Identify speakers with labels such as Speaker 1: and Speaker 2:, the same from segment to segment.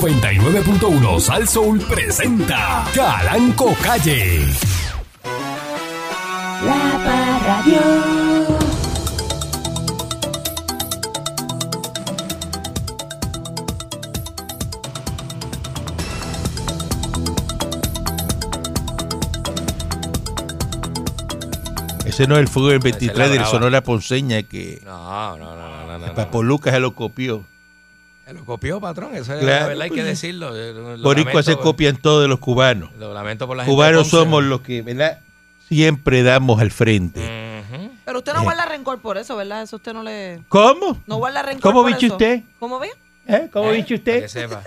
Speaker 1: 99.1 Sal Soul presenta Calanco Calle.
Speaker 2: La Parradio.
Speaker 3: Ese no es el fútbol del
Speaker 4: es la
Speaker 3: 23 del
Speaker 4: brava.
Speaker 3: Sonora Ponceña que
Speaker 4: No, no, no, no, no, no.
Speaker 3: Papo Lucas se lo copió.
Speaker 4: Se Lo copió, patrón. Eso es
Speaker 3: Claro,
Speaker 4: la verdad, hay que
Speaker 3: pues,
Speaker 4: decirlo. Yo lo
Speaker 3: Boricua
Speaker 4: lamento,
Speaker 3: se copian todos de los cubanos.
Speaker 4: Lo lamento por la gente.
Speaker 3: Cubanos
Speaker 4: de Ponce.
Speaker 3: somos los que, ¿verdad? Siempre damos al
Speaker 4: Mm.
Speaker 3: frente.
Speaker 4: Ujú.
Speaker 5: Pero usted
Speaker 3: Eh.
Speaker 5: no guarda rencor por eso, ¿verdad? Eso usted no le.
Speaker 3: ¿Cómo?
Speaker 5: No guarda rencor
Speaker 3: ¿Cómo
Speaker 5: por
Speaker 3: biche
Speaker 5: eso.
Speaker 3: usted?
Speaker 5: ¿Cómo ve?
Speaker 3: ¿Eh? ¿Cómo
Speaker 4: Eh,
Speaker 3: dice
Speaker 4: para
Speaker 3: usted?
Speaker 4: Que sepa.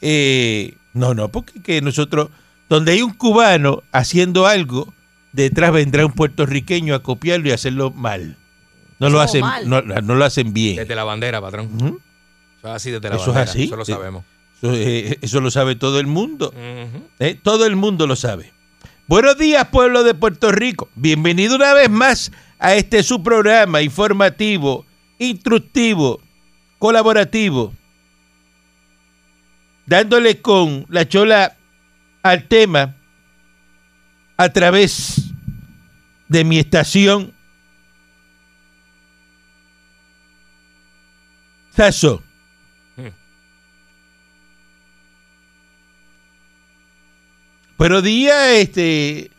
Speaker 3: Eh, no, no, porque que nosotros, donde hay un cubano haciendo algo, detrás vendrá un puertorriqueño a copiarlo y hacerlo mal. No lo
Speaker 5: Eso
Speaker 3: hacen,
Speaker 5: mal.
Speaker 3: no, no lo hacen bien.
Speaker 4: Desde la bandera, patrón.
Speaker 3: Ujú.
Speaker 4: Eso es así desde la
Speaker 3: Eso es
Speaker 4: bandera.
Speaker 3: así.
Speaker 4: Eso lo
Speaker 3: Sí.
Speaker 4: sabemos.
Speaker 3: Eso, eh, eso lo sabe todo el mundo.
Speaker 4: Ujú.
Speaker 3: ¿eh? Todo el mundo lo sabe. Buenos días, pueblo de Puerto Rico. Bienvenido una vez más a este su programa informativo, instructivo, colaborativo. Dándole con la chola al tema a través de mi estación. Saso. Buenos días, este,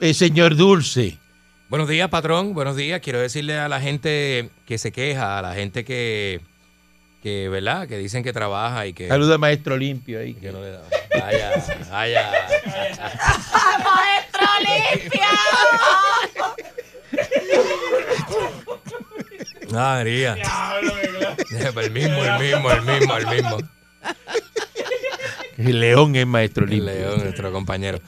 Speaker 3: eh, señor Dulce.
Speaker 4: Buenos días, patrón. Buenos días. Quiero decirle a la gente que se queja, a la gente que, que ¿verdad? Que dicen que trabaja y que,
Speaker 3: Saluda, maestro limpio ahí.
Speaker 4: que no le da. Vaya, vaya.
Speaker 5: ¡Maestro limpio!
Speaker 4: Ah, María. el mismo, el mismo, el mismo, el mismo.
Speaker 3: El león es maestro limpio.
Speaker 4: León, nuestro compañero.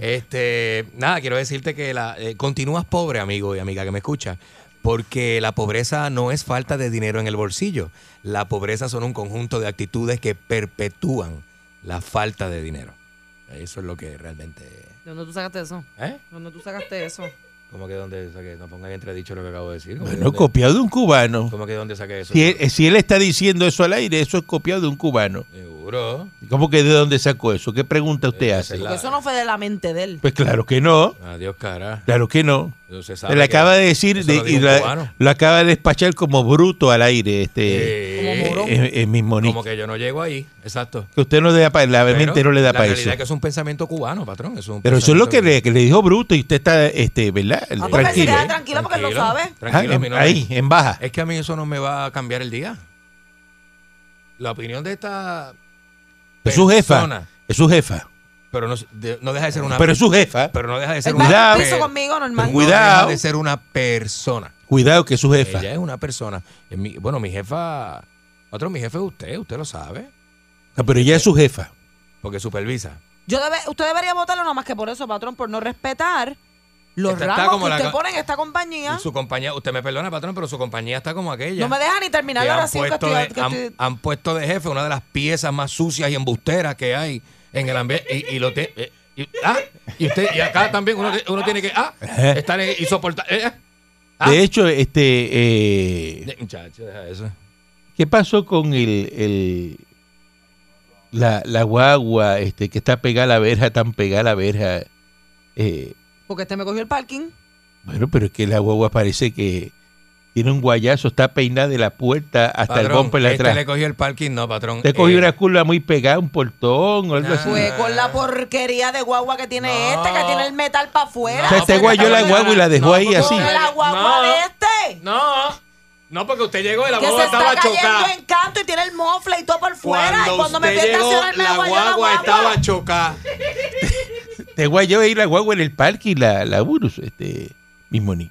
Speaker 4: Este, nada, quiero decirte que la, eh, continúas pobre, amigo y amiga que me escucha, porque la pobreza no es falta de dinero en el bolsillo. La pobreza son un conjunto de actitudes que perpetúan la falta de dinero. Eso es lo que realmente.
Speaker 5: ¿De dónde tú sacaste eso?
Speaker 4: ¿Eh?
Speaker 5: ¿De dónde tú sacaste eso?
Speaker 4: Como que donde saqué, no pongan entredicho lo que acabo de decir. Como
Speaker 3: Bueno,
Speaker 4: que donde,
Speaker 3: copiado de un cubano.
Speaker 4: como que donde saqué eso.
Speaker 3: Si él, si él está diciendo eso al aire, eso es copiado de un cubano.
Speaker 4: Seguro.
Speaker 3: ¿Cómo que de dónde sacó eso? ¿Qué pregunta usted
Speaker 4: Eh,
Speaker 3: hace?
Speaker 4: la-
Speaker 5: Porque eso no fue de la mente de él.
Speaker 3: Pues claro que no,
Speaker 4: Adiós, cara.
Speaker 3: claro que no.
Speaker 4: Eso se sabe
Speaker 3: Le
Speaker 4: que-
Speaker 3: acaba de decir
Speaker 4: eso lo
Speaker 3: de-
Speaker 4: dijo
Speaker 3: y
Speaker 4: un
Speaker 3: la-
Speaker 4: cubano.
Speaker 3: lo acaba de despachar como bruto al aire, este
Speaker 4: Eh,
Speaker 5: Como morón.
Speaker 3: eh, eh, mis monitos.
Speaker 4: Como que yo no llego ahí, exacto.
Speaker 3: Que usted no le da para la mente
Speaker 4: Pero
Speaker 3: no le da
Speaker 4: la
Speaker 3: para
Speaker 4: realidad
Speaker 3: eso.
Speaker 4: es que es un pensamiento cubano, patrón. es un
Speaker 3: Pero eso es lo que
Speaker 4: pensamiento
Speaker 3: le, que le dijo bruto y usted está, este, ¿verdad?
Speaker 5: Ah, porque si
Speaker 3: Tranquilo.
Speaker 5: le da tranquilo porque él lo sabe.
Speaker 4: Tranquilo,
Speaker 3: Ah,
Speaker 4: a mí
Speaker 3: en-
Speaker 4: no me-
Speaker 3: ahí, en baja.
Speaker 4: Es Eh, que a mí eso no me va a cambiar el día. La opinión de esta
Speaker 3: Es su jefa.
Speaker 4: persona,
Speaker 3: Es su jefa.
Speaker 4: pero no, de- no deja de ser una
Speaker 3: Pero es su jefa.
Speaker 4: pero no deja de ser
Speaker 5: Él
Speaker 3: Pero
Speaker 5: va
Speaker 4: una
Speaker 5: al
Speaker 3: cuidado. Eh,
Speaker 5: piso
Speaker 4: per-
Speaker 5: conmigo normal.
Speaker 3: Cuidado.
Speaker 4: No deja de ser una persona.
Speaker 3: Cuidado que es su jefa.
Speaker 4: Ella es una persona. Es mi- bueno, mi jefa, otro mi jefe es usted, usted lo sabe,
Speaker 3: Ah, pero ella es su jefa.
Speaker 4: porque supervisa.
Speaker 5: Yo debe- usted debería votarlo nomás que por eso, patrón, por no respetar los
Speaker 4: Está- está
Speaker 5: rangos
Speaker 4: como
Speaker 5: que
Speaker 4: la
Speaker 5: usted
Speaker 4: ca-
Speaker 5: pone en esta compañía.
Speaker 4: Y Su compañía, usted me perdona, patrón, pero su compañía está como aquella.
Speaker 5: No me deja ni terminar
Speaker 4: que
Speaker 5: la
Speaker 4: han,
Speaker 5: oración que
Speaker 4: puesto
Speaker 5: estoy.
Speaker 4: de,
Speaker 5: que
Speaker 4: han-
Speaker 5: estoy-
Speaker 4: han puesto de jefe una de las piezas más sucias y embusteras que hay en el ambiente. Y, y lo te- eh, y, ah, y usted, y acá también uno, te- uno tiene que ah, estar eh, y soportar. eh, ah. Ah.
Speaker 3: De hecho, este, eh,
Speaker 4: De- Muchacho, deja eso.
Speaker 3: ¿qué pasó con el, el- la, la guagua este, que está pegada a la verja, tan pegada a la verja? Eh,
Speaker 5: Porque este me cogió el parking.
Speaker 3: bueno, pero es que la guagua parece que tiene un guayazo, está peinada de la puerta hasta el
Speaker 4: Patrón,
Speaker 3: bumper de
Speaker 4: este
Speaker 3: atrás.
Speaker 4: le cogió el parking, no, patrón.
Speaker 3: Te cogió
Speaker 4: Eh,
Speaker 3: una curva muy pegada, un portón o algo
Speaker 4: Ah.
Speaker 3: así.
Speaker 5: Fue con la porquería de guagua que tiene
Speaker 4: No.
Speaker 5: este, que tiene el metal para afuera.
Speaker 3: O sea, este
Speaker 4: porque
Speaker 3: guayó la
Speaker 4: estaba-
Speaker 3: guagua y la dejó
Speaker 4: no,
Speaker 3: ahí
Speaker 4: porque
Speaker 3: así.
Speaker 5: Con la guagua
Speaker 4: No.
Speaker 5: de este.
Speaker 4: No, no, porque usted llegó y la
Speaker 5: Que
Speaker 4: guagua
Speaker 5: se
Speaker 4: estaba
Speaker 5: está cayendo
Speaker 4: chocada.
Speaker 5: en canto y tiene el mofle y todo por fuera. y cuando me fui a
Speaker 4: usted llegó,
Speaker 5: estacionar, me
Speaker 4: la
Speaker 5: guayó la
Speaker 4: guagua
Speaker 5: guagua.
Speaker 4: estaba chocada.
Speaker 3: Te guayó ahí la guagua en el parque y la, la burus, este, mismo ni.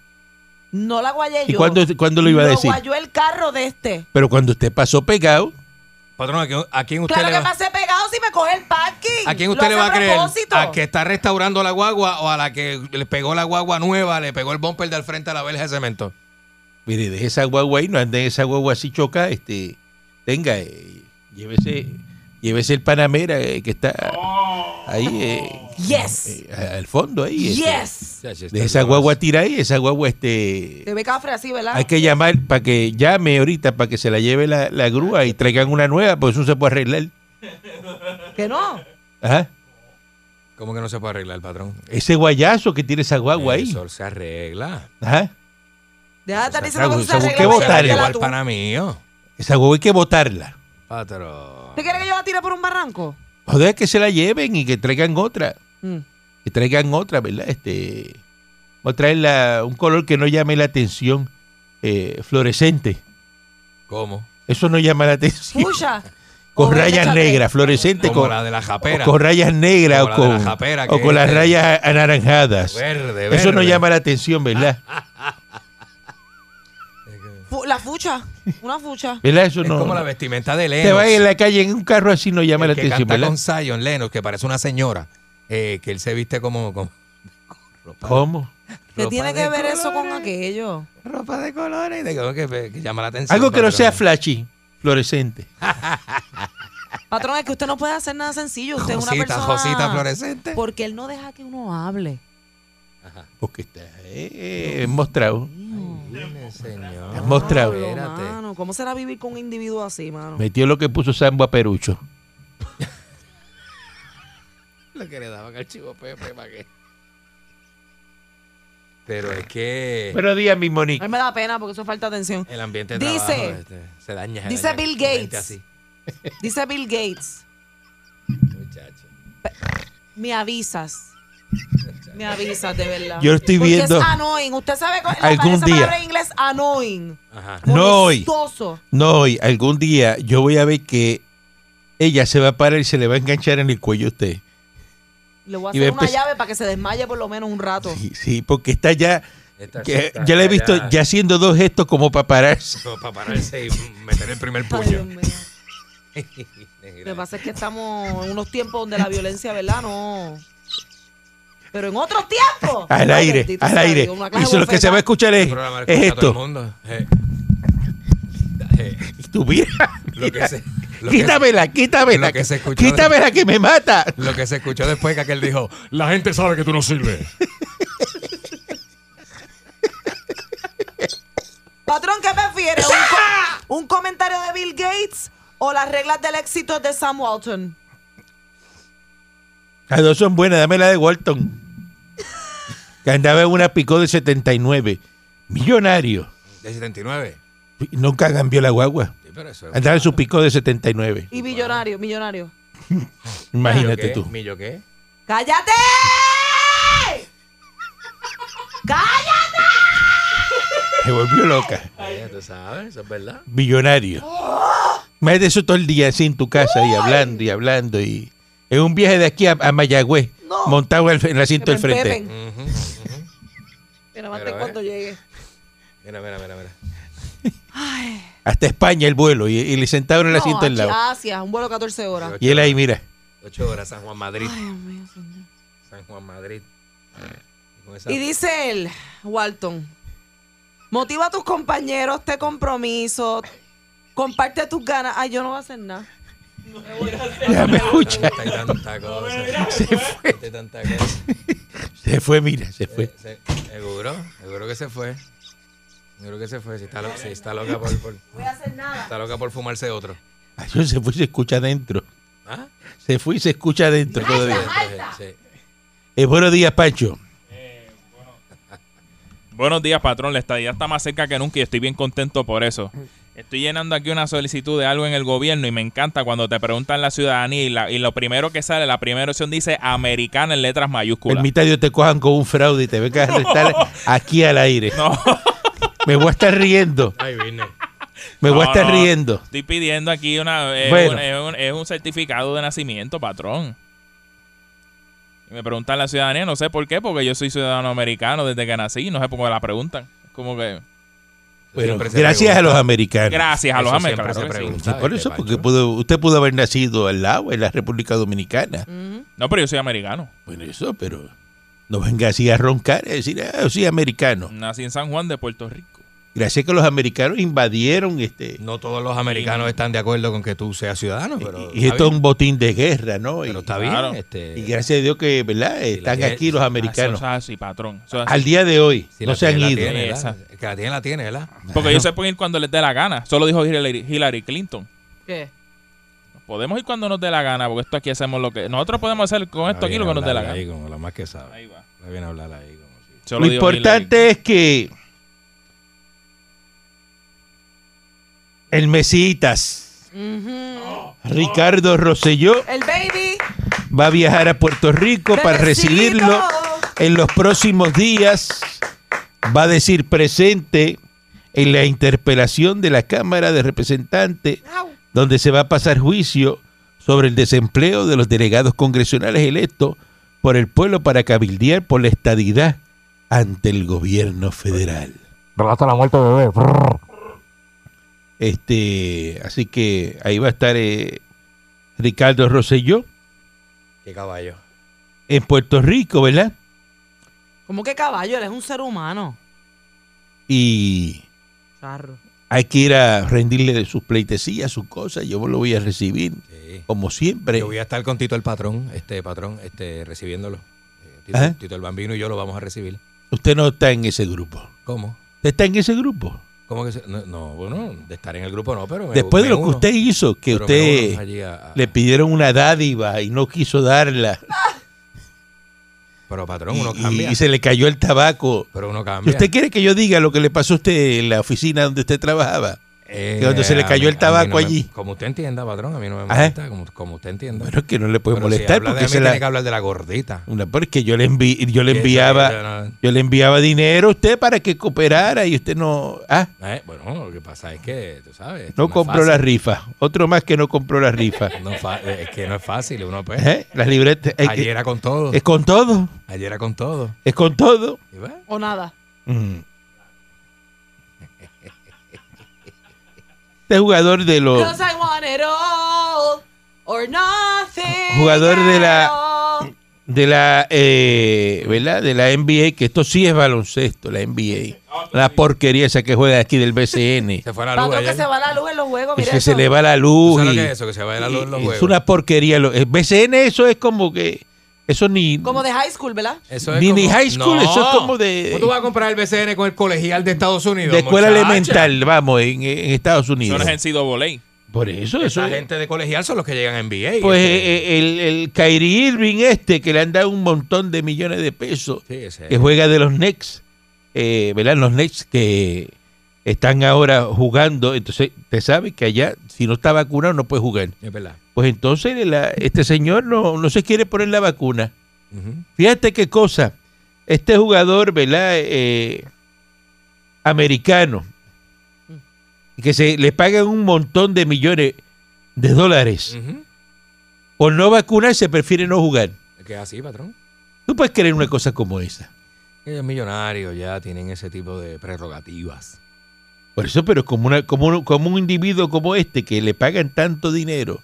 Speaker 5: No la guayé
Speaker 3: ¿Y
Speaker 5: yo.
Speaker 3: cuándo, cuándo lo iba a decir?
Speaker 5: Lo guayó el carro de este.
Speaker 3: Pero cuando usted pasó pegado,
Speaker 4: Patrón, ¿a quién, a quién usted
Speaker 5: Claro
Speaker 4: le
Speaker 5: que
Speaker 4: va?
Speaker 5: pasé pegado si me coge el parking.
Speaker 4: ¿A quién
Speaker 5: Lo
Speaker 4: usted le
Speaker 5: hace
Speaker 4: va a creer?
Speaker 5: propósito.
Speaker 4: ¿A que está restaurando la guagua o a la que le pegó la guagua nueva, le pegó el bumper del frente a la verja de cemento?
Speaker 3: mire, deje esa guagua ahí, no ande esa guagua así choca, este, tenga, eh, llévese, llévese el Panamera eh, que está ahí, eh,
Speaker 5: Yes.
Speaker 3: eh, al fondo ahí. este.
Speaker 5: Yes.
Speaker 3: Deje esa guagua tira ahí, esa guagua, este,
Speaker 5: Te ve cafre así, ¿verdad?
Speaker 3: hay que llamar para que llame ahorita, para que se la lleve la, la grúa y traigan una nueva, porque eso se puede arreglar.
Speaker 5: Que no.
Speaker 3: Ajá.
Speaker 4: ¿Cómo que no se puede arreglar, patrón?
Speaker 3: Ese guayazo que tiene esa guagua ahí.
Speaker 4: Eso se arregla.
Speaker 3: Ajá.
Speaker 5: Deja de estar
Speaker 4: Se
Speaker 5: diciendo cosas
Speaker 3: acabó, se
Speaker 5: arregladas.
Speaker 3: busque
Speaker 5: porque
Speaker 3: votar,
Speaker 5: arregla
Speaker 4: Igual
Speaker 5: tú.
Speaker 4: para mí,
Speaker 3: Esa guagua hay que botarla.
Speaker 4: patrón.
Speaker 5: ¿Te quieres que yo la tire por un barranco?
Speaker 3: Joder, que se la lleven y que traigan otra.
Speaker 5: Mm.
Speaker 3: Que traigan otra, ¿verdad? Este, o traerla un color que no llame la atención. eh, fluorescente.
Speaker 4: ¿Cómo?
Speaker 3: Eso no llama la atención.
Speaker 5: Pucha.
Speaker 3: Con
Speaker 5: Ojo,
Speaker 3: rayas
Speaker 5: échate.
Speaker 3: negras, fluorescente
Speaker 4: Como
Speaker 3: con,
Speaker 4: la de la
Speaker 3: o
Speaker 4: japera.
Speaker 3: con rayas negras o
Speaker 4: Como la de la
Speaker 3: con,
Speaker 4: japera,
Speaker 3: o
Speaker 4: que
Speaker 3: con
Speaker 4: es
Speaker 3: las
Speaker 4: de-
Speaker 3: rayas anaranjadas.
Speaker 4: Verde, verde. Ah,
Speaker 3: Eso no llama la atención, ¿verdad?
Speaker 5: Fu- la fucha. Una fucha.
Speaker 3: ¿Verdad? Eso
Speaker 4: Es
Speaker 3: no.
Speaker 4: como la
Speaker 3: no.
Speaker 4: vestimenta de Lennox.
Speaker 3: Te vas en la calle en un carro así no llama
Speaker 4: el
Speaker 3: la
Speaker 4: que
Speaker 3: atención,
Speaker 4: canta
Speaker 3: ¿verdad?
Speaker 4: con Zion Lennox, que parece una señora, eh, que él se viste como... como ropa,
Speaker 3: ¿Cómo?
Speaker 5: ¿Qué
Speaker 4: ropa
Speaker 5: tiene
Speaker 4: de
Speaker 5: que ver eso con
Speaker 4: colores,
Speaker 5: aquello?
Speaker 4: Ropa de colores, de que, que- que llama la atención.
Speaker 3: Algo que no
Speaker 4: patrón.
Speaker 3: sea flashy, fluorescente.
Speaker 5: Patrón, es que usted no puede hacer nada sencillo. Usted es una
Speaker 4: Josita,
Speaker 5: persona...
Speaker 4: Josita fluorescente.
Speaker 5: Porque él no deja que uno hable.
Speaker 3: Porque está eh, mostrado.
Speaker 4: Dile, señor.
Speaker 3: Has mostrado.
Speaker 5: Pablo,
Speaker 4: Espérate.
Speaker 5: mano, ¿Cómo será vivir con un individuo así, mano?
Speaker 3: Metió lo que puso Sambo a Perucho.
Speaker 4: Lo que le daban al chivo Pepe, ¿para qué? Pero es que
Speaker 3: Buenos días, mi
Speaker 5: A
Speaker 3: Monique.
Speaker 5: mí me da pena porque eso es falta de atención.
Speaker 4: el ambiente de
Speaker 5: Dice-
Speaker 4: trabajo este, se daña. se
Speaker 5: dice
Speaker 4: daña
Speaker 5: Bill
Speaker 4: con gente
Speaker 5: Gates.
Speaker 4: así,
Speaker 5: Dice Bill Gates,
Speaker 4: muchacho.
Speaker 5: me avisas. Me avisas, de verdad.
Speaker 3: Yo estoy
Speaker 5: Porque
Speaker 3: viendo-
Speaker 5: es annoying. Usted sabe cuál- la
Speaker 3: Algún
Speaker 5: esa
Speaker 3: día.
Speaker 5: palabra en inglés annoying.
Speaker 4: Ajá.
Speaker 3: No hoy.
Speaker 5: Molestoso.
Speaker 3: No, hoy, algún día yo voy a ver que ella se va a parar y se le va a enganchar en el cuello a usted.
Speaker 5: Le voy a
Speaker 3: Y va a
Speaker 5: hacer una
Speaker 3: empezar-
Speaker 5: llave para que se desmaye por lo menos un rato.
Speaker 3: Sí, sí, porque está ya.
Speaker 4: Esta
Speaker 3: que-
Speaker 4: chica
Speaker 3: ya la he
Speaker 4: está
Speaker 3: visto ya haciendo dos gestos como para pararse.
Speaker 4: No, para pararse y meter el primer
Speaker 5: Ay, Dios
Speaker 4: puño.
Speaker 5: mío. Lo que pasa es que estamos en unos tiempos donde la violencia, ¿verdad? No. Pero en otros tiempos.
Speaker 3: Al
Speaker 5: Ay,
Speaker 3: aire,
Speaker 5: bendito
Speaker 3: al
Speaker 5: sea
Speaker 3: aire.
Speaker 5: Dios, una
Speaker 3: Y
Speaker 5: clase
Speaker 3: eso lo que se va a
Speaker 5: bofetada.
Speaker 3: escuchar
Speaker 4: El
Speaker 3: es,
Speaker 4: programa lo
Speaker 3: es
Speaker 4: escucha todo el
Speaker 3: esto.
Speaker 4: mundo. Eh, eh,
Speaker 3: Y tú, mira,
Speaker 4: lo, que se, lo, que,
Speaker 3: quítamela, quítamela.
Speaker 4: lo que se escuchó de-
Speaker 3: quítamela que me mata.
Speaker 4: lo que se escuchó después que aquel dijo,
Speaker 1: La gente sabe que tú no sirves.
Speaker 5: Patrón, ¿qué prefieres? ¿Un, co- un comentario de Bill Gates o las reglas del éxito de Sam Walton?
Speaker 3: Las dos son buenas, dame la de Walton. Que andaba en una picó de 79. Millonario.
Speaker 4: de 79.
Speaker 3: Nunca cambió la guagua.
Speaker 4: Sí, pero eso es-
Speaker 3: Andaba en su picó de 79.
Speaker 5: Y millonario, millonario.
Speaker 3: Imagínate
Speaker 4: ¿Millo qué?
Speaker 3: tú.
Speaker 4: ¿Millo qué?
Speaker 5: ¡Cállate! ¡Cállate!
Speaker 3: Se volvió loca.
Speaker 4: Eh, Tú sabes, eso es verdad.
Speaker 3: Millonario. Más de eso todo el día así en tu casa y hablando y hablando. y Es un viaje de aquí a, a Mayagüez.
Speaker 5: No.
Speaker 3: Montado en el- en el asiento del frente.
Speaker 4: Ujú, ujú.
Speaker 5: Pero más
Speaker 4: Pero, eh.
Speaker 5: cuando llegue.
Speaker 4: Mira, mira, mira, mira.
Speaker 3: hasta España el vuelo y, y le sentaron el
Speaker 5: No,
Speaker 3: asiento al
Speaker 5: hacia-
Speaker 3: lado.
Speaker 5: hacia, un vuelo 14 horas.
Speaker 3: Y él ahí, mira,
Speaker 4: Ocho horas, San Juan Madrid.
Speaker 5: Ay, Dios mío, señor.
Speaker 4: San Juan Madrid. Con esa-
Speaker 5: Y dice él, Walton, motiva a tus compañeros, te compromiso, comparte tus ganas. Ay, yo no voy a hacer nada.
Speaker 3: ya me escucha.
Speaker 4: Hay tanta cosa. Se fue. Hay tanta cosa.
Speaker 3: Se fue, mira, se fue.
Speaker 4: Eh, se- Seguro, seguro que se fue. Seguro que se fue. Si está, lo- si está loca por, por-
Speaker 5: voy a hacer nada.
Speaker 4: está loca por fumarse otro.
Speaker 3: Ay, yo se fue y se escucha adentro.
Speaker 4: ¿Ah?
Speaker 3: Se fue y se escucha adentro todavía.
Speaker 4: Sí.
Speaker 3: Eh, buenos días, Pancho.
Speaker 2: Buenos días, patrón. La estadía está más cerca que nunca y estoy bien contento por eso. Estoy llenando aquí una solicitud de algo en el gobierno y me encanta cuando te preguntan la ciudadanía y, la- y lo primero que sale, la primera opción dice americana en letras mayúsculas.
Speaker 3: Permita Dios te cojan con un fraude y te vengas a arrestar aquí al aire.
Speaker 2: No.
Speaker 3: Me voy a estar riendo.
Speaker 4: Ay, vine.
Speaker 3: Me voy a
Speaker 2: No,
Speaker 3: estar
Speaker 2: no.
Speaker 3: riendo.
Speaker 2: Estoy pidiendo aquí una, eh,
Speaker 3: Bueno.
Speaker 2: un- es, un, es un certificado de nacimiento, patrón. Y me preguntan la ciudadanía, no sé por qué, porque yo soy ciudadano americano desde que nací, no sé por qué me la preguntan. Como que
Speaker 3: Bueno,
Speaker 4: Siempre se
Speaker 3: gracias a
Speaker 4: pregunta.
Speaker 3: los americanos.
Speaker 2: gracias a los
Speaker 4: Eso siempre
Speaker 2: americanos.
Speaker 4: se
Speaker 2: claro que sí.
Speaker 4: pregunta.
Speaker 3: Sí, por
Speaker 4: Ay,
Speaker 3: eso,
Speaker 4: qué
Speaker 3: porque
Speaker 4: Pancho.
Speaker 3: pudo- usted pudo haber nacido al lado, en la República Dominicana.
Speaker 2: No, pero yo soy americano.
Speaker 3: Bueno, eso, pero no venga así a roncar y decir, ah, yo soy americano.
Speaker 2: Nací en San Juan de Puerto Rico.
Speaker 3: Gracias a que los americanos invadieron este.
Speaker 4: No todos los americanos están de acuerdo con que tú seas ciudadano, pero.
Speaker 3: y y
Speaker 4: está
Speaker 3: eh, esto es
Speaker 4: bien.
Speaker 3: un botín de guerra, ¿no?
Speaker 4: Pero
Speaker 3: Y,
Speaker 4: está
Speaker 2: Claro.
Speaker 4: bien. Este,
Speaker 3: y gracias a Dios que, ¿verdad?
Speaker 4: la
Speaker 3: Están
Speaker 4: tiene-
Speaker 3: aquí los
Speaker 2: Eso
Speaker 3: americanos.
Speaker 2: es así, patrón. Eso es así.
Speaker 3: Al día de hoy,
Speaker 4: si
Speaker 3: no
Speaker 4: la
Speaker 3: se han
Speaker 4: tiene, la
Speaker 3: ido.
Speaker 4: tiene, ¿verdad?
Speaker 2: Esa.
Speaker 4: El que la tiene, la tiene, ¿verdad?
Speaker 2: Porque ellos se pueden ir cuando les dé la gana. Solo dijo Hillary, Hillary Clinton.
Speaker 5: ¿Qué?
Speaker 2: Podemos ir cuando nos dé la gana, porque esto aquí hacemos lo que. Nosotros podemos hacer con esto aquí lo que nos dé la gana.
Speaker 4: Ahí, como la más que sabe.
Speaker 2: Ahí va.
Speaker 4: La viene a hablar ahí. Como si-
Speaker 2: Yo
Speaker 3: Lo
Speaker 2: digo,
Speaker 3: importante es que el Mesitas, Ricardo Rosselló,
Speaker 5: El baby.
Speaker 3: va a viajar a Puerto Rico Pues para
Speaker 5: bebecito.
Speaker 3: recibirlo en los próximos días. Va a decir presente en la interpelación de la Cámara de Representantes,
Speaker 5: Au.
Speaker 3: donde se va a pasar juicio sobre el desempleo de los delegados congresionales electos por el pueblo para cabildear por la estadidad ante el gobierno federal.
Speaker 6: Relata la muerte de bebé. Brrr.
Speaker 3: Este, así que ahí va a estar eh, Ricardo Rosselló
Speaker 4: Qué caballo.
Speaker 3: en Puerto Rico, ¿verdad?
Speaker 5: ¿Cómo que caballo? Él es un ser humano.
Speaker 3: Y
Speaker 5: Charro.
Speaker 3: hay que ir a rendirle de sus pleitesías, sus cosas. Yo lo voy a recibir,
Speaker 4: Sí.
Speaker 3: como siempre.
Speaker 4: Yo voy a estar con Tito el patrón, este patrón, este recibiéndolo. Eh, Tito,
Speaker 3: Ajá.
Speaker 4: Tito el bambino y yo lo vamos a recibir.
Speaker 3: Usted no está en ese grupo.
Speaker 4: ¿Cómo?
Speaker 3: Usted está en ese grupo.
Speaker 4: ¿Cómo que se- no, no, bueno, de estar en el grupo no, pero me-
Speaker 3: Después de
Speaker 4: me
Speaker 3: lo que
Speaker 4: uno.
Speaker 3: usted hizo, que
Speaker 4: Pero me
Speaker 3: usted
Speaker 4: uno allí a- a-
Speaker 3: le pidieron una dádiva y no quiso darla.
Speaker 4: pero patrón, uno
Speaker 3: Y,
Speaker 4: cambia.
Speaker 3: y se le cayó el tabaco.
Speaker 4: pero uno
Speaker 3: Si
Speaker 4: cambia.
Speaker 3: usted quiere que yo diga lo que le pasó a usted en la oficina donde usted trabajaba,
Speaker 4: Eh,
Speaker 3: que cuando se le
Speaker 4: a
Speaker 3: cayó
Speaker 4: mí-
Speaker 3: el
Speaker 4: a mí
Speaker 3: tabaco
Speaker 4: no me-
Speaker 3: allí.
Speaker 4: como usted entienda, patrón, a mí no me
Speaker 3: Ajá.
Speaker 4: molesta, como, como usted entienda.
Speaker 3: bueno, es que no le puede
Speaker 4: Pero si
Speaker 3: molestar
Speaker 4: habla de
Speaker 3: porque
Speaker 4: mí,
Speaker 3: se
Speaker 4: tiene que
Speaker 3: la...
Speaker 4: hablar de la gordita.
Speaker 3: Una, porque yo le, envi- yo le
Speaker 4: Que esa-
Speaker 3: enviaba...
Speaker 4: esa no-
Speaker 3: Yo le enviaba dinero a usted para que cooperara y usted no... Ah,
Speaker 4: Eh, bueno, lo que pasa es que, tú sabes. esto
Speaker 3: no
Speaker 4: es
Speaker 3: compró la
Speaker 4: fácil.
Speaker 3: rifa. Otro más que no compró la rifa.
Speaker 4: No es fa- eh, es que no es fácil, uno pues.
Speaker 3: ¿Eh? Las libretas... eh,
Speaker 4: Ayer era con todo.
Speaker 3: eh, es con todo.
Speaker 4: Ayer era con todo.
Speaker 3: Es con todo.
Speaker 4: Y pues, bueno,
Speaker 5: O nada.
Speaker 3: Mm. Este jugador de los...
Speaker 5: Because I want it all or nothing.
Speaker 3: Jugador de la-
Speaker 5: at all.
Speaker 3: De la... eh, ¿Verdad? De la NBA, que esto sí es baloncesto, la NBA. La porquería esa que juega aquí del BCN.
Speaker 4: se fue la luz
Speaker 5: Patrón, que
Speaker 4: ayer.
Speaker 5: se va la luz en los juegos.
Speaker 3: ¿eh? Es
Speaker 5: Mira
Speaker 3: que
Speaker 5: eso.
Speaker 3: se le va la
Speaker 4: ¿Tú
Speaker 3: luz.
Speaker 4: sabes
Speaker 3: y-
Speaker 4: lo que es eso? Que se va la luz en los
Speaker 3: es
Speaker 4: juegos.
Speaker 3: una porquería. Lo- El BCN eso es como que... Eso ni...
Speaker 5: Como de high school, ¿verdad?
Speaker 4: Eso es
Speaker 3: Ni- ni
Speaker 4: como-
Speaker 3: high school,
Speaker 4: No.
Speaker 3: eso es como de-
Speaker 4: ¿Cómo tú vas a comprar el BCN con el colegial de Estados Unidos?
Speaker 3: de escuela
Speaker 4: muchacha?
Speaker 3: elemental, vamos, en, en Estados
Speaker 2: Eso
Speaker 3: Unidos.
Speaker 2: no es en sido voley.
Speaker 3: Por eso, eso
Speaker 4: Esa
Speaker 3: es-
Speaker 4: gente de colegial son los que llegan a NBA.
Speaker 3: Pues
Speaker 4: este.
Speaker 3: eh, eh, el, el Kyrie Irving este, que le han dado un montón de millones de pesos,
Speaker 4: Sí, ese-
Speaker 3: que juega de los Knicks, eh, ¿verdad? Los Knicks que están ahora jugando, entonces te sabe que allá, si no está vacunado, no puede jugar.
Speaker 4: es verdad.
Speaker 3: Pues entonces la- este señor no, no se quiere poner la vacuna.
Speaker 4: Ujú.
Speaker 3: Fíjate qué cosa. Este jugador, ¿verdad? Eh, americano, que se le pagan un montón de millones de dólares
Speaker 4: Ujú.
Speaker 3: por no vacunarse, prefiere no jugar.
Speaker 4: Es Que es así, patrón.
Speaker 3: ¿Tú puedes creer una cosa como esa?
Speaker 4: Ellos millonarios ya tienen ese tipo de prerrogativas.
Speaker 3: Por eso, pero como, una, como, un, como un individuo como este que le pagan tanto dinero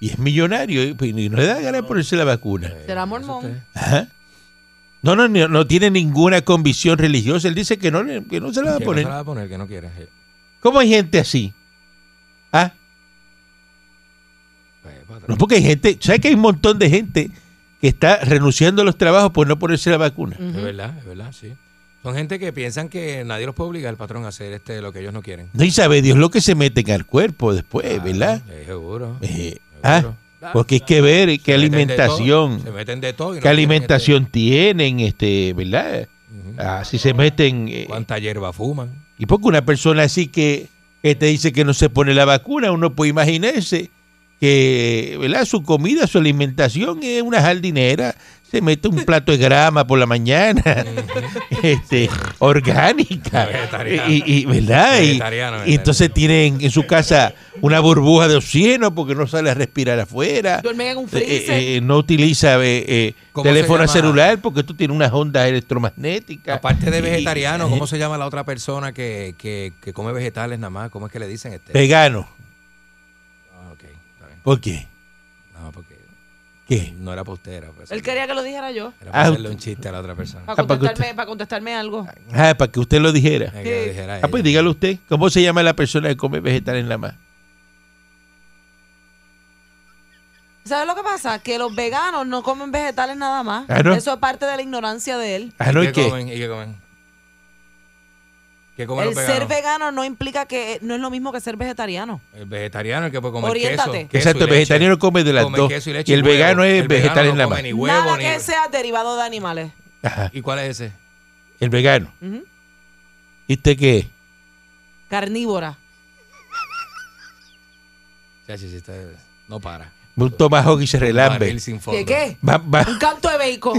Speaker 3: y es millonario y, pues, y no le da ganas de ponerse la vacuna.
Speaker 5: Será
Speaker 4: Eh, Eso
Speaker 5: mormón.
Speaker 4: usted-
Speaker 3: Ajá. No, no, no, no tiene ninguna convicción religiosa. Él dice que no, le- que no se la va a
Speaker 4: que no se
Speaker 3: poner.
Speaker 4: la va a poner, que no quiere. Eh, Sí.
Speaker 3: ¿Cómo hay gente así? Ah,
Speaker 4: Pues,
Speaker 3: no,
Speaker 4: patrón.
Speaker 3: porque hay gente, ¿sabes que hay un montón de gente que está renunciando a los trabajos por no ponerse la vacuna?
Speaker 5: Ujú.
Speaker 4: Es verdad, es verdad, sí. Son gente que piensan que nadie los puede obligar, patrón, a hacer este lo que ellos no quieren.
Speaker 3: No, y sabe Dios lo que se meten al cuerpo después,
Speaker 4: Ah,
Speaker 3: ¿verdad?
Speaker 4: eh, seguro.
Speaker 3: Eh, ah,
Speaker 4: seguro.
Speaker 3: porque hay que ver qué
Speaker 4: Se meten de
Speaker 3: alimentación,
Speaker 4: todo, Se meten de todo. y no
Speaker 3: qué
Speaker 4: quieren,
Speaker 3: alimentación tienen, este, ¿verdad?
Speaker 4: este, ujú.
Speaker 3: Así se meten. eh,
Speaker 4: ¿Cuánta hierba fuman?
Speaker 3: y porque una persona así que, que te dice que no se pone la vacuna, uno puede imaginarse que, ¿verdad? Su comida, su alimentación es una jardinera. Se mete un plato de grama por la mañana, este, orgánica,
Speaker 4: Vegetariano.
Speaker 3: y, y- ¿verdad? Y-
Speaker 4: Vegetariano,
Speaker 3: y entonces
Speaker 4: vegetariano.
Speaker 3: tienen en su casa una burbuja de oxígeno porque no sale a respirar afuera.
Speaker 5: Duermen en un freezer.
Speaker 3: Eh, eh, no utiliza eh, eh,
Speaker 4: ¿Cómo se
Speaker 3: teléfono
Speaker 4: llama?
Speaker 3: celular porque tú tienes unas ondas electromagnéticas.
Speaker 4: Aparte de
Speaker 3: Y- eh,
Speaker 4: vegetariano, ¿cómo se llama la otra persona que, que, que come vegetales nada más? ¿Cómo es que le dicen este?
Speaker 3: Vegano.
Speaker 4: Ah, ok, está bien.
Speaker 3: ¿Por qué?
Speaker 4: No, porque
Speaker 3: ¿Qué?
Speaker 4: no era postera. pues,
Speaker 5: Él quería que lo dijera yo.
Speaker 4: Era para
Speaker 3: Ah,
Speaker 4: hacerle un
Speaker 3: usted-
Speaker 4: chiste a la otra persona.
Speaker 5: Para
Speaker 3: Ah, para que
Speaker 5: contestarme, para contestarme algo.
Speaker 3: Ah, para que usted lo dijera.
Speaker 4: Eh, que le dijera a
Speaker 3: Ah, pues
Speaker 4: ella.
Speaker 3: dígalo usted. ¿Cómo se llama la persona que come vegetales en la más?
Speaker 5: ¿Sabes lo que pasa? Que los veganos no comen vegetales nada más.
Speaker 3: Ah, ¿no?
Speaker 5: Eso es parte de la ignorancia de él.
Speaker 3: Ah, no,
Speaker 4: ¿Y
Speaker 3: ¿y
Speaker 4: qué
Speaker 3: qué?
Speaker 4: comen? ¿Y qué comen? ¿Qué come
Speaker 5: El
Speaker 4: los veganos?
Speaker 5: ser vegano no implica que no es lo mismo que ser vegetariano.
Speaker 4: El vegetariano, el que puede comer
Speaker 5: Oriéntate.
Speaker 4: queso. queso
Speaker 3: Exacto,
Speaker 4: y
Speaker 3: el
Speaker 4: leche.
Speaker 3: vegetariano come de las
Speaker 4: Come
Speaker 3: dos.
Speaker 4: queso y leche
Speaker 3: y el
Speaker 4: huevo.
Speaker 3: vegano es
Speaker 4: El vegano
Speaker 3: vegetal
Speaker 4: no
Speaker 3: en la
Speaker 4: come
Speaker 3: mano.
Speaker 4: Ni huevo,
Speaker 5: Nada
Speaker 4: ni-
Speaker 5: que sea derivado de animales.
Speaker 3: Ajá,
Speaker 4: ¿Y cuál es ese?
Speaker 3: El vegano.
Speaker 5: Ujú.
Speaker 3: ¿Y usted qué es?
Speaker 5: Carnívora.
Speaker 4: Ya, sí, sí, está- No para.
Speaker 3: Un tomahawk y se
Speaker 4: Barril
Speaker 3: relambe.
Speaker 4: sin fondo.
Speaker 5: ¿De qué?
Speaker 3: Va- va-
Speaker 5: Un canto de bacon.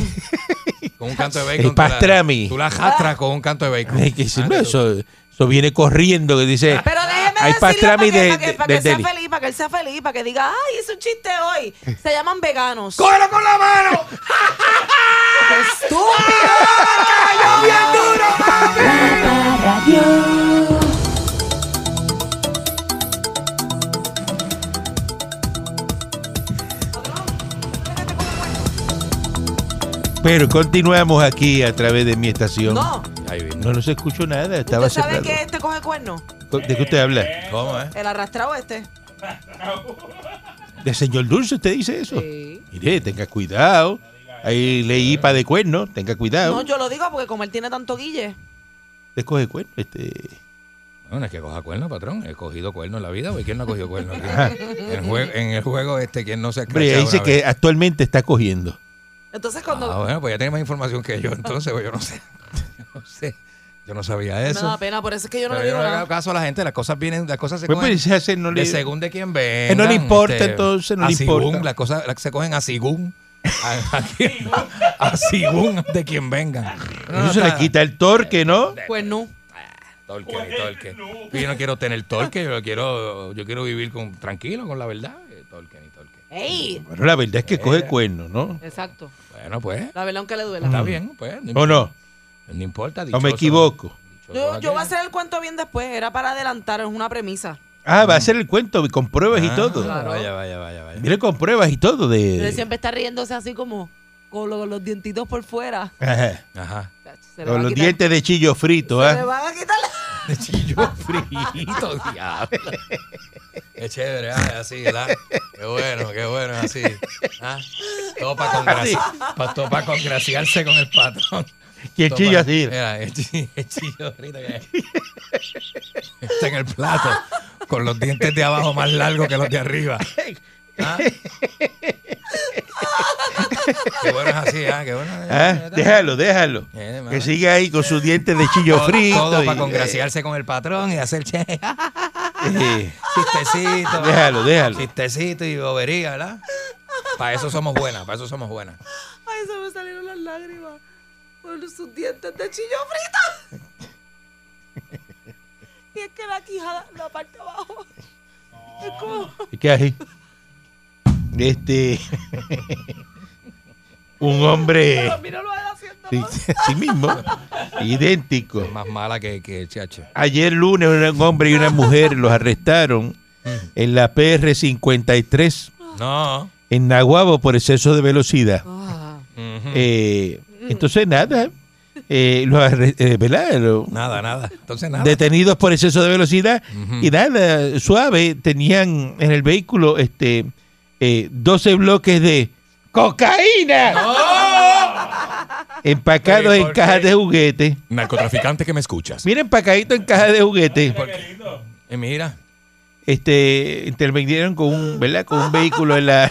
Speaker 4: Con un canto de
Speaker 3: El
Speaker 4: bacon. tú la-
Speaker 3: pastrami.
Speaker 4: Tú la jastras con un canto de bacon.
Speaker 3: Hay que decir,
Speaker 4: Ah,
Speaker 3: no,
Speaker 4: que tú-
Speaker 3: eso, eso viene corriendo, que dice...
Speaker 5: Ah, Pero déjeme
Speaker 3: Hay
Speaker 5: decirle para
Speaker 3: pastrami
Speaker 5: que,
Speaker 3: de-
Speaker 5: para que,
Speaker 3: de-
Speaker 5: para que
Speaker 3: del
Speaker 5: sea
Speaker 3: deli.
Speaker 5: feliz, para que él sea feliz, para que diga, ay, es un chiste hoy. Se llaman veganos.
Speaker 4: ¡Cógelo con la mano!
Speaker 5: ¡Qué estúpido!
Speaker 3: Pero continuamos aquí a través de mi estación.
Speaker 5: No,
Speaker 4: Ahí viene.
Speaker 3: No, no se escuchó nada, estaba
Speaker 5: ¿usted sabe
Speaker 3: cerrado.
Speaker 5: que este coge cuerno?
Speaker 3: ¿De qué usted habla?
Speaker 4: ¿Cómo, eh?
Speaker 5: El arrastrado este.
Speaker 3: ¿De señor Dulce usted dice eso?
Speaker 5: Sí.
Speaker 3: Mire, tenga cuidado. Ahí leí IPA de cuerno, tenga
Speaker 5: No,
Speaker 3: cuidado.
Speaker 5: yo lo digo porque como él tiene tanto guille.
Speaker 3: Te coge cuerno, este...
Speaker 4: No, no es que coja cuerno, patrón. He cogido cuerno en la vida, güey. ¿Quién no ha cogido cuerno? aquí? en, jue- en el juego este, ¿quién no se ha
Speaker 3: Hombre,
Speaker 4: escrachado
Speaker 3: dice
Speaker 4: una
Speaker 3: que
Speaker 4: vez?
Speaker 3: actualmente está cogiendo.
Speaker 5: Entonces cuando...
Speaker 4: Ah, bueno, pues ya tiene más información que yo, entonces, güey. Yo no sé. Yo no sé. Yo no sabía
Speaker 5: me da
Speaker 4: eso.
Speaker 5: pena, por eso es que yo no
Speaker 4: Pero
Speaker 5: le
Speaker 4: yo
Speaker 5: digo
Speaker 4: no le
Speaker 5: nada.
Speaker 4: hago caso a la gente. Las cosas vienen, las cosas se
Speaker 3: Pues,
Speaker 4: cogen.
Speaker 3: pues, se hace, no le-
Speaker 4: de según de quién
Speaker 3: Que
Speaker 4: venga.
Speaker 3: no le importa, entonces, no le importa.
Speaker 4: Las cosas las que se cogen a según. A, a quien- a según de quien vengan. No, no,
Speaker 3: Eso le
Speaker 4: está-
Speaker 3: quita el torque, ¿no?
Speaker 5: Cuerno.
Speaker 4: Torque, torque. Yo no quiero tener torque, yo quiero, yo quiero vivir con, tranquilo con la verdad. Eh, Torque ni torque.
Speaker 5: ¡Ey!
Speaker 3: Bueno, la verdad es que coge
Speaker 4: Eh.
Speaker 3: cuerno, ¿no?
Speaker 5: Exacto.
Speaker 4: Bueno, pues,
Speaker 5: La verdad, aunque le duela.
Speaker 4: está bien, pues.
Speaker 3: Mm. ¿O no?
Speaker 4: No importa.
Speaker 3: ¿O me
Speaker 4: dichoso-
Speaker 3: equivoco?
Speaker 4: dichoso
Speaker 5: Yo, yo voy Pues a
Speaker 4: aquel.
Speaker 5: hacer el cuento bien después. Era para adelantar, es una premisa.
Speaker 3: Ah, va a hacer el cuento con pruebas y
Speaker 4: Mm. Ah,
Speaker 3: todo.
Speaker 5: Claro.
Speaker 4: Vaya, vaya, vaya, vaya.
Speaker 3: Mire, con pruebas y todo
Speaker 5: Pero él
Speaker 3: de...
Speaker 5: siempre está riéndose así como con lo- los dientitos por fuera.
Speaker 3: Ajá.
Speaker 4: Ajá.
Speaker 5: Se le va
Speaker 3: Con
Speaker 5: a
Speaker 3: los
Speaker 5: quitar-
Speaker 3: dientes de chillo frito,
Speaker 5: Se le
Speaker 3: ¿ah?
Speaker 5: van a quitar la-
Speaker 4: De chillo frito, diablo. Qué chévere, ah, así, ¿verdad? Qué bueno, qué bueno, así. ¿ah? Todo para congraci- pa- todo pa' congraciarse con el patrón.
Speaker 3: Y el
Speaker 4: Todo
Speaker 3: chillo
Speaker 4: pa-
Speaker 3: así.
Speaker 4: Mira, el, chi- el chillo frito que está en el plato, con los dientes de abajo más largos que los de arriba. ¿ah? Qué bueno es así, ¿ah? Qué bueno.
Speaker 3: Ah, Déjalo, déjalo.
Speaker 4: Eh,
Speaker 3: Que
Speaker 4: mano.
Speaker 3: siga ahí con sus dientes de chillo
Speaker 4: Todo-
Speaker 3: frito.
Speaker 4: Todo para
Speaker 3: y-
Speaker 4: congraciarse con el patrón y hacer che,
Speaker 3: eh,
Speaker 4: chistecito.
Speaker 3: Déjalo, déjalo.
Speaker 4: Chistecito y bobería, ¿verdad? Para eso somos buenas, para eso somos buenas.
Speaker 5: Ay, se me salieron las lágrimas. Por sus dientes de chillo frita. y es que la quijada, la parte de abajo. Es como.
Speaker 3: ¿Qué hay? Este... Un hombre...
Speaker 5: Pero míralo a él haciendo.
Speaker 3: Sí, sí mismo. Idéntico.
Speaker 4: Más mala que, que el chacho.
Speaker 3: Ayer lunes un hombre y una mujer los arrestaron en la PR53
Speaker 4: No.
Speaker 3: en Nahuabo por exceso de velocidad.
Speaker 5: Ah,
Speaker 4: Ujú.
Speaker 3: Eh, entonces nada, eh, los arre- eh, ¿verdad? Los
Speaker 4: Nada, nada. Entonces nada.
Speaker 3: detenidos por exceso de velocidad y nada, suave, tenían en el vehículo este eh, 12 bloques de cocaína empacados
Speaker 4: ¿Y
Speaker 3: en
Speaker 4: ¡Oh! por
Speaker 3: cajas
Speaker 4: qué?
Speaker 3: de juguete.
Speaker 4: Narcotraficante que me escuchas.
Speaker 3: Miren, empacadito en caja de juguete.
Speaker 4: Eh, mira.
Speaker 3: Este, intervinieron con un, ¿verdad? Con un vehículo en la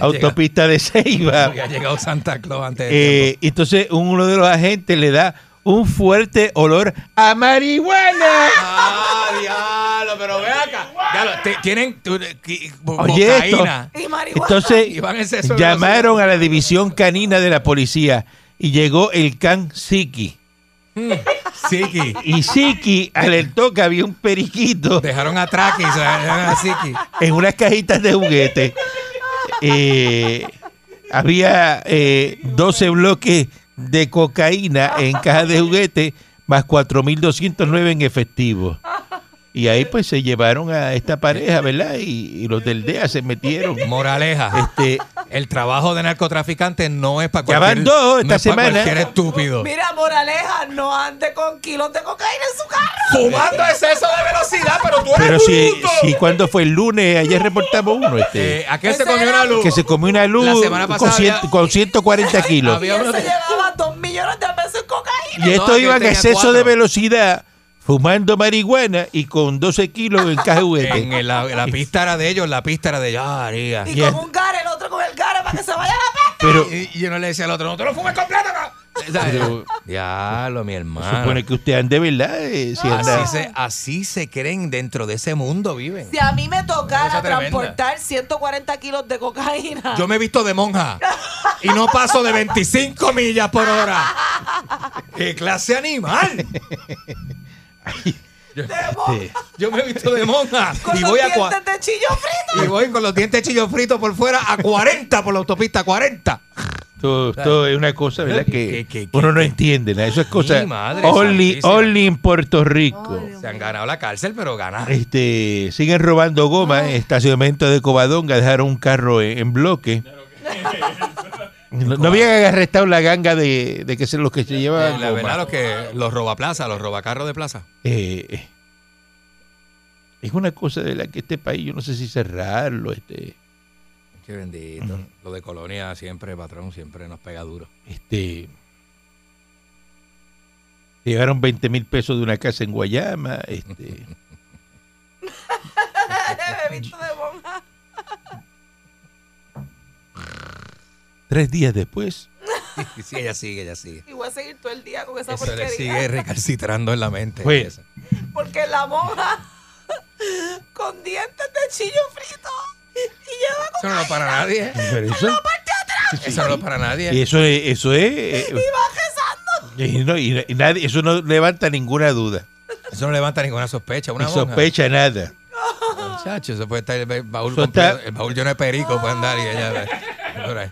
Speaker 3: autopista de Ceiba.
Speaker 4: Que ha llegado Santa Claus antes de
Speaker 3: Eh, entonces, uno de los agentes le da un fuerte olor a marihuana.
Speaker 4: Ah, diablo, pero ve acá. Diablo, te- tienen tu- eh, qui- bo-
Speaker 3: Oye, esto.
Speaker 4: cocaína.
Speaker 5: Y marihuana.
Speaker 3: Entonces,
Speaker 4: Y van en exceso de
Speaker 3: llamaron a la división canina de la policía y llegó el can Siki.
Speaker 4: Siki.
Speaker 3: Y Siki alertó que había un periquito
Speaker 4: Dejaron a Traki y se la dejaron a Siki.
Speaker 3: en unas cajitas de juguete. Eh, había eh, 12 bloques de cocaína en cajas de juguete, más 4.209 en efectivo. Y ahí pues se llevaron a esta pareja, ¿verdad? Y, y los del DEA se metieron.
Speaker 4: Moraleja.
Speaker 3: Este,
Speaker 4: El trabajo de narcotraficante no es para
Speaker 3: Ya
Speaker 4: cualquier
Speaker 3: van dos
Speaker 4: no
Speaker 3: esta
Speaker 4: es pa'
Speaker 3: semana.
Speaker 4: cualquier estúpido.
Speaker 5: Mira, moraleja, no ande con kilos de cocaína en su carro.
Speaker 4: Fumando exceso de velocidad, pero tú
Speaker 3: pero si, si cuando fue el lunes, ayer reportamos uno, este,
Speaker 4: Eh, aquel se
Speaker 5: Ese
Speaker 4: comió
Speaker 5: era-
Speaker 4: una luz.
Speaker 3: que se comió una luz
Speaker 4: La semana
Speaker 3: con,
Speaker 4: pasada
Speaker 3: cien-
Speaker 4: había-
Speaker 3: con 140 kilos.
Speaker 5: Y
Speaker 4: Había
Speaker 5: él
Speaker 4: uno
Speaker 5: se
Speaker 4: que-
Speaker 5: llevaba dos millones de pesos en cocaína.
Speaker 3: Y esto
Speaker 4: No,
Speaker 3: iba en
Speaker 4: aquel tenía
Speaker 3: exceso de
Speaker 4: cuatro.
Speaker 3: velocidad. fumando marihuana y con 12 kilos en caja de juguete.
Speaker 4: En el- la, la pista era de ellos, la pista era de ellos. Ah, haría.
Speaker 5: Y
Speaker 4: Y,
Speaker 3: Yeah.
Speaker 5: con un gara, el otro con el gara para que se vaya la peste.
Speaker 3: Pero
Speaker 4: y yo no le decía al otro, no te lo fumes completo, no.
Speaker 3: Pero-
Speaker 4: Diablo, mi hermano.
Speaker 3: supone que usted ande, ¿verdad? Eh, si anda-
Speaker 4: Así se, así se creen dentro de ese mundo, viven.
Speaker 5: Si a mí me tocara
Speaker 4: Cosa tremenda.
Speaker 5: transportar 140 kilos de cocaína.
Speaker 4: Yo me he visto de monja y no paso de 25 millas por hora. ¡Qué clase animal!
Speaker 3: Sí.
Speaker 4: Yo me he visto de monja
Speaker 5: con
Speaker 4: y
Speaker 5: los
Speaker 4: voy a cua-
Speaker 5: dientes de chillo frito.
Speaker 4: y voy con los dientes chillos fritos por fuera a 40 por la autopista, 40.
Speaker 3: Todo, todo es una cosa, ¿verdad? Que
Speaker 4: Que- que-
Speaker 3: uno no entiende. ¿no? Eso es cosa
Speaker 4: Mi madre
Speaker 3: only,
Speaker 4: santísima.
Speaker 3: only en Puerto Rico.
Speaker 5: Ay, Dios.
Speaker 4: Se han ganado la cárcel, pero ganan.
Speaker 3: Este, siguen robando goma en estacionamiento de Covadonga, dejaron un carro en, en bloque. No, no habían arrestado la ganga de, de que se los que se llevaban
Speaker 4: La verdad,
Speaker 3: goma.
Speaker 4: los que los roba plaza, los roba carros de plaza.
Speaker 3: Eh, eh, es una cosa de la que este país, yo no sé si cerrarlo, este,
Speaker 4: Qué bendito. Lo de Colonia siempre, patrón, siempre nos pega duro.
Speaker 3: este se llevaron 20 mil pesos de una casa en Guayama, este,
Speaker 5: Me he visto eh, de monja.
Speaker 3: tres días después,
Speaker 4: Sí, ella sigue, ella sigue.
Speaker 5: Y voy a seguir todo el día con esa
Speaker 4: Eso le
Speaker 5: porquería.
Speaker 4: sigue recalcitrando en la mente.
Speaker 3: Pues.
Speaker 5: Porque la monja con dientes de chillo frito y lleva
Speaker 4: Eso no lo para nadie. ¿eh?
Speaker 3: pero eso,
Speaker 4: Eso no lo para
Speaker 3: y
Speaker 4: nadie.
Speaker 3: eso es, eso es eh, y no- y- y nadie- eso no levanta ninguna duda.
Speaker 4: Eso no levanta ninguna sospecha. Una
Speaker 3: ni
Speaker 4: monja.
Speaker 3: sospecha nada.
Speaker 4: Muchacho, eso puede estar el baúl
Speaker 3: Eso
Speaker 4: completo.
Speaker 3: está-
Speaker 4: El baúl lleno de perico puede andar y ella. por ahí.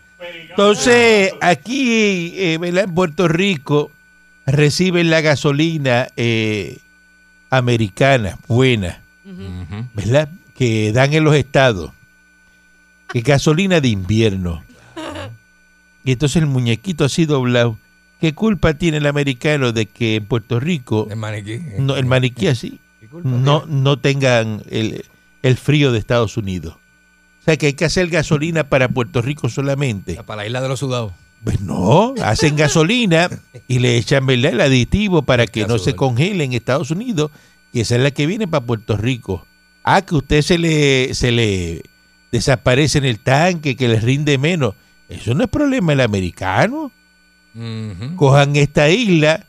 Speaker 3: Entonces, aquí eh, ¿verdad? en Puerto Rico reciben la gasolina eh, americana, buena,
Speaker 4: Ujú.
Speaker 3: ¿verdad? Que dan en los estados. Que es gasolina de invierno. Y entonces el muñequito así doblado. ¿Qué culpa tiene el americano de que en Puerto Rico
Speaker 4: El maniquí.
Speaker 3: no, el maniquí así
Speaker 4: ¿Qué culpa
Speaker 3: no, no tengan el, el frío de Estados Unidos? O sea que hay que hacer gasolina para Puerto Rico solamente.
Speaker 4: tiene? Para la isla de los sudados.
Speaker 3: Pues no, hacen gasolina y le echan ¿verdad? el aditivo para que no se
Speaker 4: Gasolina.
Speaker 3: congele en Estados Unidos, que esa es la que viene para Puerto Rico. Ah, que usted se le, se le desaparece en el tanque, que le rinde menos. Eso no es problema del americano.
Speaker 4: Ujú.
Speaker 3: Cojan esta isla,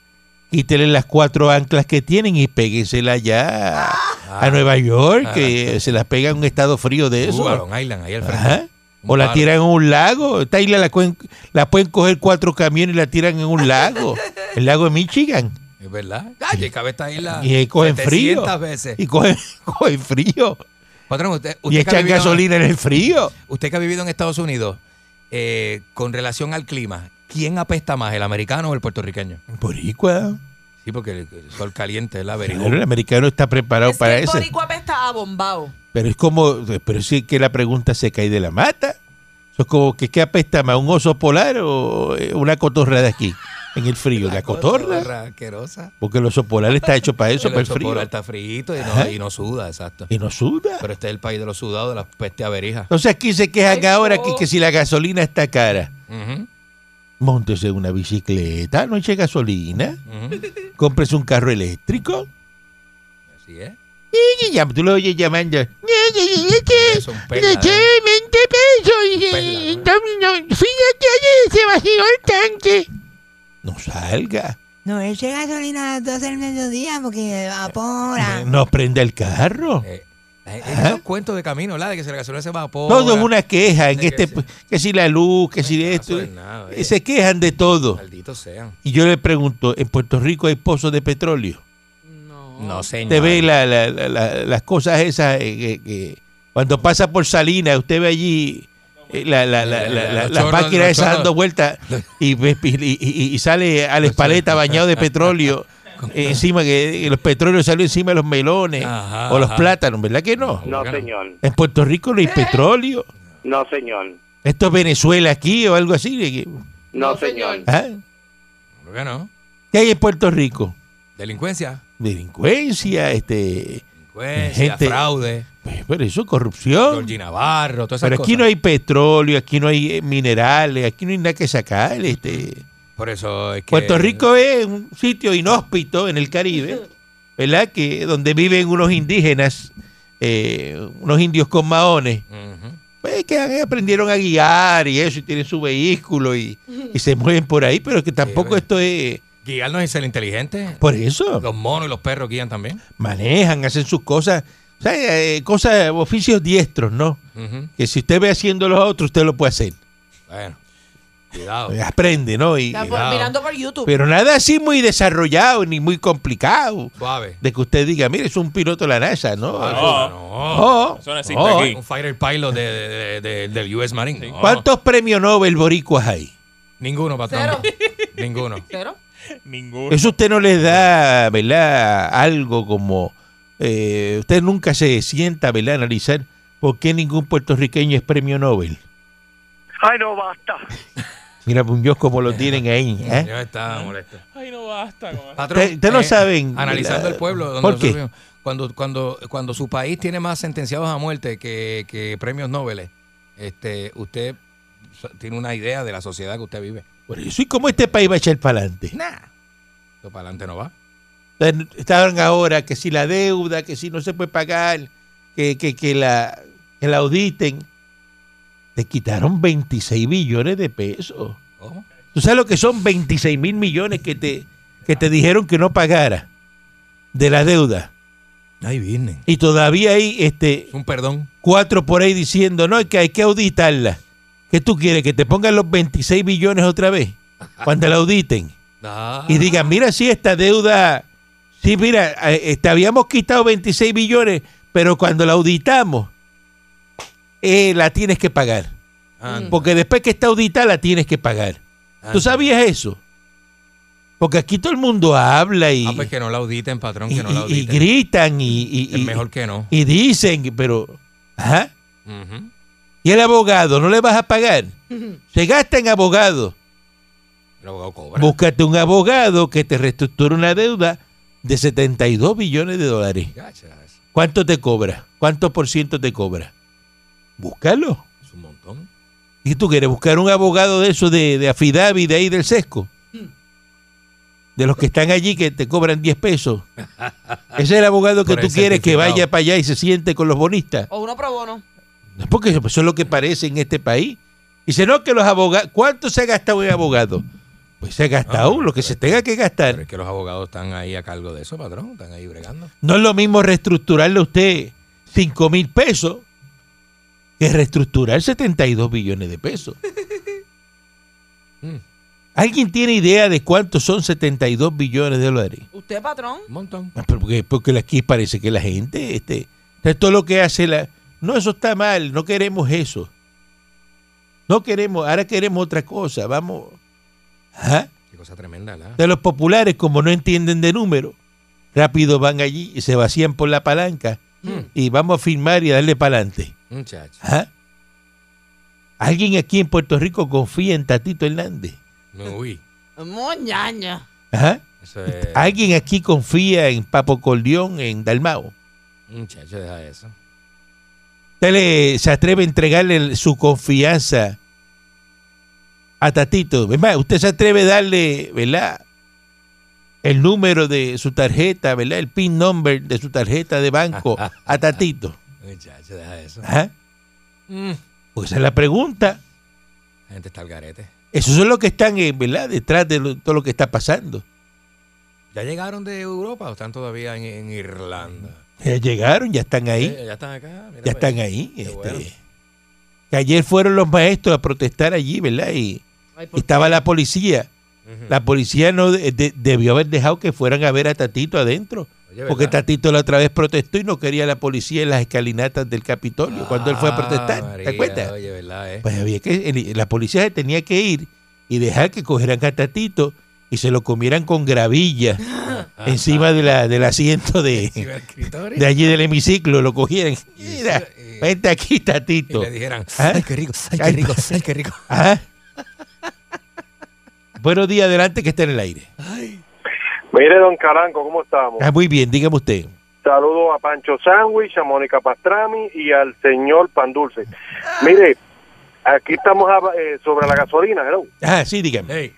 Speaker 3: quítenle las cuatro anclas que tienen y péguensela allá
Speaker 4: Ah.
Speaker 3: a Nueva York, que se las pega en un estado frío de eso.
Speaker 4: Uh, Long Island, ahí al frente.
Speaker 3: Ajá.
Speaker 4: Un
Speaker 3: O la
Speaker 4: palo.
Speaker 3: tiran en un lago. Esta isla la, cuen- la pueden coger cuatro camiones y la tiran en un lago. El lago de Michigan.
Speaker 4: Es verdad. Ay, y cabe esta isla.
Speaker 3: Y ahí cogen frío.
Speaker 4: 700 veces.
Speaker 3: Y cogen, cogen frío.
Speaker 4: Patrón, usted, usted
Speaker 3: Y
Speaker 4: que ha
Speaker 3: echan
Speaker 4: vivido-
Speaker 3: gasolina en el frío.
Speaker 4: Usted que ha vivido en Estados Unidos, eh, con relación al clima, ¿quién apesta más, el americano o el puertorriqueño?
Speaker 3: Boricua.
Speaker 4: Sí, porque el, el sol caliente es la
Speaker 3: Pero
Speaker 4: verigüenza.
Speaker 3: el americano está preparado
Speaker 5: Es
Speaker 3: para
Speaker 5: que el
Speaker 3: eso.
Speaker 5: boricua apesta a bombao.
Speaker 3: Pero es como, pero sí que la pregunta se cae de la mata. Eso es como que qué apesta más, un oso polar o eh, una cotorra de aquí, en el frío. La, cotorra.
Speaker 4: asquerosa.
Speaker 3: Porque el oso polar está hecho para eso, para el frío.
Speaker 4: Por alta frito y no,
Speaker 3: Ajá.
Speaker 4: y no suda, exacto.
Speaker 3: Y no suda.
Speaker 4: Pero este es el país de los sudados, de las peste averijas.
Speaker 3: Entonces aquí se quejan
Speaker 5: Ay,
Speaker 3: ahora
Speaker 5: no.
Speaker 3: que, que si la gasolina está cara,
Speaker 4: Ujú,
Speaker 3: montese una bicicleta, no eche gasolina,
Speaker 4: ujú.
Speaker 3: cómprese un carro eléctrico.
Speaker 4: Así es.
Speaker 3: Y ya, tú lo oyes llamando.
Speaker 4: Es un perla, ¿eh?
Speaker 3: 20 pesos. y-
Speaker 4: Perla,
Speaker 3: y-
Speaker 4: ¿no?
Speaker 3: no, Fíjate, oye, se vació el tanque. No salga.
Speaker 7: No, él llega gasolina a las 12 del mediodía porque evapora.
Speaker 3: Eh, No prenda el carro.
Speaker 4: Eh, la gente- esos cuentos de camino, ¿verdad? De que si la gasolina se evapora.
Speaker 3: Todo es una queja en
Speaker 4: Sí, que
Speaker 3: este
Speaker 4: sí.
Speaker 3: que si la luz, que si esto.
Speaker 4: caso de nada, eh.
Speaker 3: Se quejan de todo.
Speaker 4: Malditos sean.
Speaker 3: Y yo le pregunto, ¿en Puerto Rico hay pozos de petróleo?
Speaker 5: No.
Speaker 4: No, señor.
Speaker 3: Usted ve la- la- la- la- las cosas esas eh, que, que cuando pasa por Salinas, usted ve allí eh, la- la- la- la- la-
Speaker 4: Los
Speaker 3: las
Speaker 4: chorros,
Speaker 3: máquinas
Speaker 4: los
Speaker 3: esas dando
Speaker 4: chorros.
Speaker 3: vueltas y, ve- y- y- y sale a la espaleta bañado de petróleo. eh, encima que que los petróleos salió encima de los melones
Speaker 4: Ajá,
Speaker 3: o los
Speaker 4: ajá.
Speaker 3: plátanos, ¿verdad que no?
Speaker 8: No,
Speaker 4: Claro.
Speaker 8: señor.
Speaker 3: En Puerto Rico no hay petróleo.
Speaker 8: No, señor.
Speaker 3: Esto es Venezuela aquí o algo así. de que-
Speaker 8: No, señor.
Speaker 3: ¿ah?
Speaker 4: ¿Por qué no?
Speaker 3: ¿Qué hay en Puerto Rico?
Speaker 4: Delincuencia.
Speaker 3: Delincuencia, este,
Speaker 4: Delincuencia,
Speaker 3: Gente-
Speaker 4: fraude.
Speaker 3: pues, pero eso es corrupción.
Speaker 4: Georgie Navarro, todas esas
Speaker 3: Pero aquí
Speaker 4: cosas.
Speaker 3: no hay petróleo, aquí no hay eh, minerales, aquí no hay nada que sacar. Este.
Speaker 4: Por eso es que.
Speaker 3: Puerto Rico es un sitio inhóspito en el Caribe ¿verdad? Que donde viven unos indígenas, eh, unos indios con maones,
Speaker 4: Ujú.
Speaker 3: pues que han- aprendieron a guiar y eso, y tienen su vehículo y, y se mueven por ahí, pero que tampoco
Speaker 4: bueno.
Speaker 3: esto es
Speaker 4: Guiar no es ser inteligente.
Speaker 3: por eso.
Speaker 4: Los monos y los perros guían también.
Speaker 3: Manejan, hacen sus cosas, o sea, eh, cosas, oficios diestros, ¿no?
Speaker 4: Ujú.
Speaker 3: Que si usted ve haciendo los otros, usted lo puede hacer.
Speaker 4: Bueno, cuidado.
Speaker 3: Eh, Aprende, ¿no? Y,
Speaker 5: Está por-
Speaker 4: Cuidado.
Speaker 5: mirando por YouTube.
Speaker 3: pero nada así muy desarrollado ni muy complicado.
Speaker 4: Suave.
Speaker 3: De que usted diga, mire, es un piloto de la NASA, ¿no? Oh,
Speaker 4: Ah,
Speaker 3: No.
Speaker 2: Eso no existe
Speaker 3: No.
Speaker 2: aquí.
Speaker 4: Un fighter pilot de, de- de- del US Marine. No.
Speaker 3: ¿Cuántos premios Nobel boricuas hay?
Speaker 4: Ninguno, patrón. Ninguno.
Speaker 5: Pero,
Speaker 2: Ninguno.
Speaker 3: Eso usted no les da, ¿verdad? Algo como... eh, usted nunca se sienta, ¿verdad? a Analizar por qué ningún puertorriqueño es premio Nobel.
Speaker 8: Ay, no, basta.
Speaker 3: Mira, pues, Muñoz, como lo tienen ahí. ¿eh?
Speaker 4: Ya está molesto.
Speaker 2: Ay, no basta. con-
Speaker 4: Patrón, eh,
Speaker 3: Usted- usted no saben,
Speaker 4: Analizando
Speaker 3: ¿verdad?
Speaker 4: el pueblo. donde
Speaker 3: ¿Por qué?
Speaker 4: nosotros vivimos. Cuando, cuando, cuando su país tiene más sentenciados a muerte que, que premios Nobel, este, usted so- tiene una idea de la sociedad que usted vive.
Speaker 3: Por eso, ¿y cómo este país va a echar para adelante?
Speaker 4: Nah. Lo para adelante no va.
Speaker 3: Estaban ahora que si la deuda, que si no se puede pagar, que, que, que la, que la auditen. Te quitaron 26 billones de pesos.
Speaker 4: ¿Cómo?
Speaker 3: ¿Tú sabes lo que son 26 mil millones que te, que te dijeron que no pagara de la deuda?
Speaker 4: Ahí vienen.
Speaker 3: Y todavía hay este,
Speaker 4: Es un perdón.
Speaker 3: cuatro por ahí diciendo, no, es que hay que auditarla. ¿Qué tú quieres? ¿Que te pongan los 26 billones otra vez? Cuando la auditen. Y digan, mira, sí, esta deuda, sí, mira, eh, eh, te habíamos quitado 26 billones, pero cuando la auditamos, eh, la tienes que pagar.
Speaker 4: Anda,
Speaker 3: Porque después que está auditada, la tienes que pagar.
Speaker 4: anda.
Speaker 3: ¿Tú sabías eso? Porque aquí todo el mundo habla y,
Speaker 4: Ah, pues que no la auditen, patrón,
Speaker 3: y-
Speaker 4: que no la
Speaker 3: y- y
Speaker 4: auditen.
Speaker 3: gritan y, y-
Speaker 4: es
Speaker 3: y-
Speaker 4: mejor que no.
Speaker 3: y dicen, pero... Ajá.
Speaker 4: Ujú.
Speaker 3: Y el abogado, ¿no le vas a pagar? Se gasta en abogado.
Speaker 4: El abogado cobra.
Speaker 3: Búscate un abogado que te reestructure una deuda de 72 billones de dólares.
Speaker 4: Gacha, es
Speaker 3: ¿Cuánto te cobra? ¿Cuánto por ciento te cobra? Búscalo.
Speaker 4: es un montón.
Speaker 3: ¿Y tú quieres buscar un abogado de eso, de, de Afidavi, de ahí del sesco?
Speaker 4: Hmm.
Speaker 3: De los que están allí que te cobran 10 pesos. Ese es el abogado que
Speaker 4: Por
Speaker 3: tú
Speaker 4: el
Speaker 3: quieres que
Speaker 4: certificado.
Speaker 3: vaya para allá y se siente con los bonistas.
Speaker 5: o uno pro bono.
Speaker 3: No es porque eso eso es lo que parece en este país. Dice, no, que los abogados... ¿Cuánto se ha gastado en abogado? Pues se ha gastado
Speaker 4: Ah,
Speaker 3: lo que se tenga que
Speaker 4: Pero
Speaker 3: gastar.
Speaker 4: es que los abogados están ahí a cargo de eso, patrón. Están ahí bregando.
Speaker 3: No es lo mismo reestructurarle a usted 5 mil pesos que reestructurar 72 billones de pesos.
Speaker 4: Mm.
Speaker 3: ¿Alguien tiene idea de cuántos son 72 billones de dólares?
Speaker 5: Usted, patrón.
Speaker 4: Un montón.
Speaker 3: Ah, pero Porque, porque aquí parece que la gente, este, todo lo que hace la... No, eso está mal, no queremos eso. No queremos, ahora queremos otra cosa, vamos... ¿ah? Ajá.
Speaker 4: Qué cosa tremenda, ¿verdad?
Speaker 3: De los populares, como no entienden de número, rápido van allí y se vacían por la palanca
Speaker 4: Mm.
Speaker 3: y vamos a firmar y a darle para adelante.
Speaker 4: Muchacho.
Speaker 3: Ajá. ¿Alguien aquí en Puerto Rico confía en Tatito Hernández?
Speaker 4: No, uy.
Speaker 5: Moñaña.
Speaker 3: Ajá.
Speaker 4: Eso es.
Speaker 3: ¿Alguien aquí confía en Papo Cordión, en Dalmao?
Speaker 4: Muchacho, deja eso.
Speaker 3: ¿Usted le- se atreve a entregarle el- su confianza a Tatito? Es más, usted se atreve a darle, ¿verdad? El número de su tarjeta, ¿verdad? El PIN number de su tarjeta de banco a Tatito.
Speaker 4: Muchacho, deja eso.
Speaker 3: Ajá.
Speaker 4: Mm.
Speaker 3: Pues esa es la pregunta.
Speaker 4: La gente está al garete.
Speaker 3: Esos son los que están, eh, ¿verdad? Detrás de lo- todo lo que está pasando.
Speaker 4: ¿Ya llegaron de Europa o están todavía en, en Irlanda?
Speaker 3: Ya llegaron, ya están ahí.
Speaker 4: Eh, ya están acá. mira
Speaker 3: ya
Speaker 4: para
Speaker 3: están
Speaker 4: allá.
Speaker 3: ahí.
Speaker 4: Qué
Speaker 3: este,
Speaker 4: bueno.
Speaker 3: que ayer fueron los maestros a protestar allí, ¿verdad? Y
Speaker 5: Ay, por-
Speaker 3: estaba la policía.
Speaker 4: Ujú.
Speaker 3: Mm. La policía no de- de- debió haber dejado que fueran a ver a Tatito adentro.
Speaker 4: Oye, ¿verdad?
Speaker 3: Porque Tatito la otra vez protestó y no quería la policía en las escalinatas del Capitolio cuando él fue a protestar. ¿Te
Speaker 4: Ah, María,
Speaker 3: acuerdas?
Speaker 4: Oye, ¿verdad? Eh?
Speaker 3: Pues había que, el- la policía se tenía que ir y dejar que cogieran a Tatito y se lo comieran con gravilla
Speaker 4: Ah,
Speaker 3: encima de la, del asiento
Speaker 4: Si va
Speaker 3: de,
Speaker 4: al escritorio
Speaker 3: de allí del hemiciclo, lo cogieran. Mira,
Speaker 4: y-
Speaker 3: vente aquí,
Speaker 4: y
Speaker 3: Tatito.
Speaker 4: le dijeran,
Speaker 3: ¿Ah?
Speaker 4: ay, qué rico, ay, qué
Speaker 3: Ay,
Speaker 4: rico, ay, qué rico.
Speaker 3: Ajá. Buenos días, adelante que está en el aire.
Speaker 4: Oh.
Speaker 8: Mire, don Caranco, ¿cómo estamos?
Speaker 3: Ah, muy bien, dígame usted.
Speaker 8: Saludo a Pancho Sandwich, a Mónica Pastrami y al señor Pan Dulce. Mire, aquí estamos hab- eh, sobre la gasolina, ¿no?
Speaker 3: Ah, sí, dígame.
Speaker 4: Ey,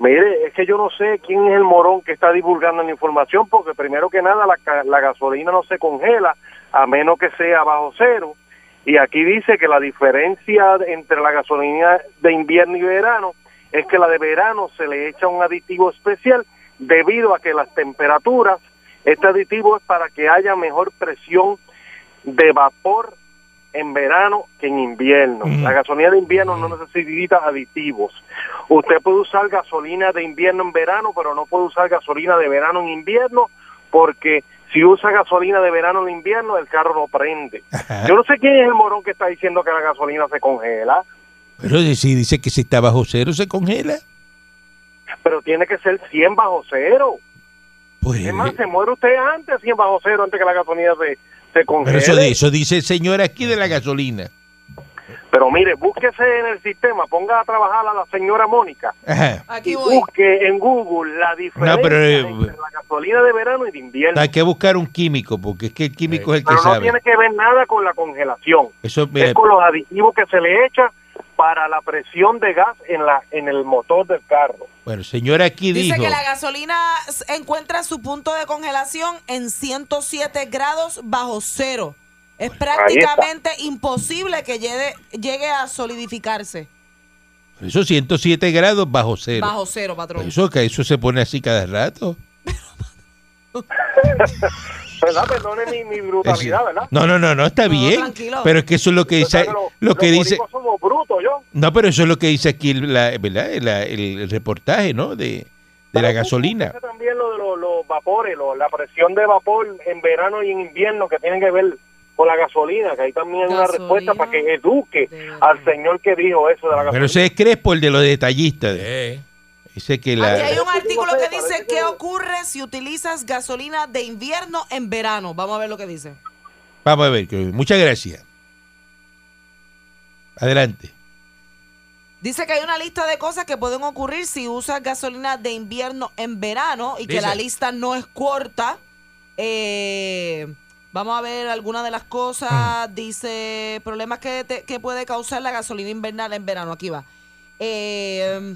Speaker 8: Mire, es que yo no sé quién es el morón que está divulgando la información, porque primero que nada la, ca- la gasolina no se congela a menos que sea bajo cero. Y aquí dice que la diferencia entre la gasolina de invierno y verano es que la de verano se le echa un aditivo especial debido a que las temperaturas, este aditivo es para que haya mejor presión de vapor en verano que en invierno. La gasolina de invierno no necesita aditivos. Usted puede usar gasolina de invierno en verano, pero no puede usar gasolina de verano en invierno, porque si usa gasolina de verano en invierno, el carro no prende. Yo no sé quién es el morón que está diciendo que la gasolina se congela,
Speaker 3: Pero si dice que si está bajo cero se congela.
Speaker 8: pero tiene que ser 100 bajo cero.
Speaker 3: Pues,
Speaker 8: Es más, se muere usted antes 100 bajo cero, antes que la gasolina se, se
Speaker 3: pero
Speaker 8: congele.
Speaker 3: eso, de- eso dice el señor aquí de la gasolina.
Speaker 8: Pero mire, búsquese en el sistema, ponga a trabajar a la señora Mónica.
Speaker 3: Ajá.
Speaker 5: Aquí voy.
Speaker 8: Busque en Google la diferencia
Speaker 3: No, pero, eh,
Speaker 8: entre la gasolina de verano y de invierno.
Speaker 3: Hay que buscar un químico, porque es que el químico es el que
Speaker 8: Pero no
Speaker 3: sabe.
Speaker 8: tiene que ver nada con la congelación.
Speaker 3: Eso, mira,
Speaker 8: es con los aditivos que se le echa para la presión de gas en la en el motor del carro.
Speaker 3: bueno, el señor aquí
Speaker 5: Dice
Speaker 3: dijo.
Speaker 5: que la gasolina s- encuentra su punto de congelación en 107 grados bajo cero. Es prácticamente imposible que llegue, llegue a solidificarse
Speaker 3: Por Eso 107 grados bajo cero.
Speaker 5: bajo cero,
Speaker 3: Por
Speaker 5: patrón.
Speaker 3: Eso que eso se pone así cada rato.
Speaker 8: ¿Verdad? Perdone mi,
Speaker 3: Es
Speaker 8: mi
Speaker 3: decir,
Speaker 8: brutalidad, ¿verdad?
Speaker 3: No, no, no, no, está
Speaker 5: No,
Speaker 3: bien.
Speaker 5: tranquilo.
Speaker 3: Pero es que eso es lo que
Speaker 8: Usted sabe
Speaker 3: dice,
Speaker 8: que los-
Speaker 3: lo que
Speaker 8: los
Speaker 3: dice,
Speaker 8: boricuas somos brutos, yo.
Speaker 3: no, pero eso es lo que dice aquí, el- la- ¿verdad? La- el, el reportaje, ¿no? De, de la
Speaker 8: Pero
Speaker 3: gasolina.
Speaker 8: búsquese También lo de los, los vapores, lo- la presión de vapor en verano y en invierno que tienen que ver con la gasolina, que ahí también hay una
Speaker 5: Gasolina.
Speaker 8: respuesta para que eduque
Speaker 5: De verdad.
Speaker 8: al señor que dijo eso de la
Speaker 3: Pero
Speaker 8: gasolina.
Speaker 3: ese es Crespo, el de los detallistas.
Speaker 4: Eh,
Speaker 3: Dice que
Speaker 5: Aquí Ah, hay
Speaker 3: la...
Speaker 5: un artículo que dice qué ocurre si utilizas gasolina de invierno en verano. Vamos a ver lo que dice.
Speaker 3: Vamos a ver, que- muchas gracias. Adelante.
Speaker 5: Dice que hay una lista de cosas que pueden ocurrir si usas gasolina de invierno en verano y que
Speaker 4: Dice.
Speaker 5: la lista no es corta. Eh, vamos a ver algunas de las cosas.
Speaker 4: Mm.
Speaker 5: Dice problemas que, te- que puede causar la gasolina invernal en verano. Aquí va. Eh,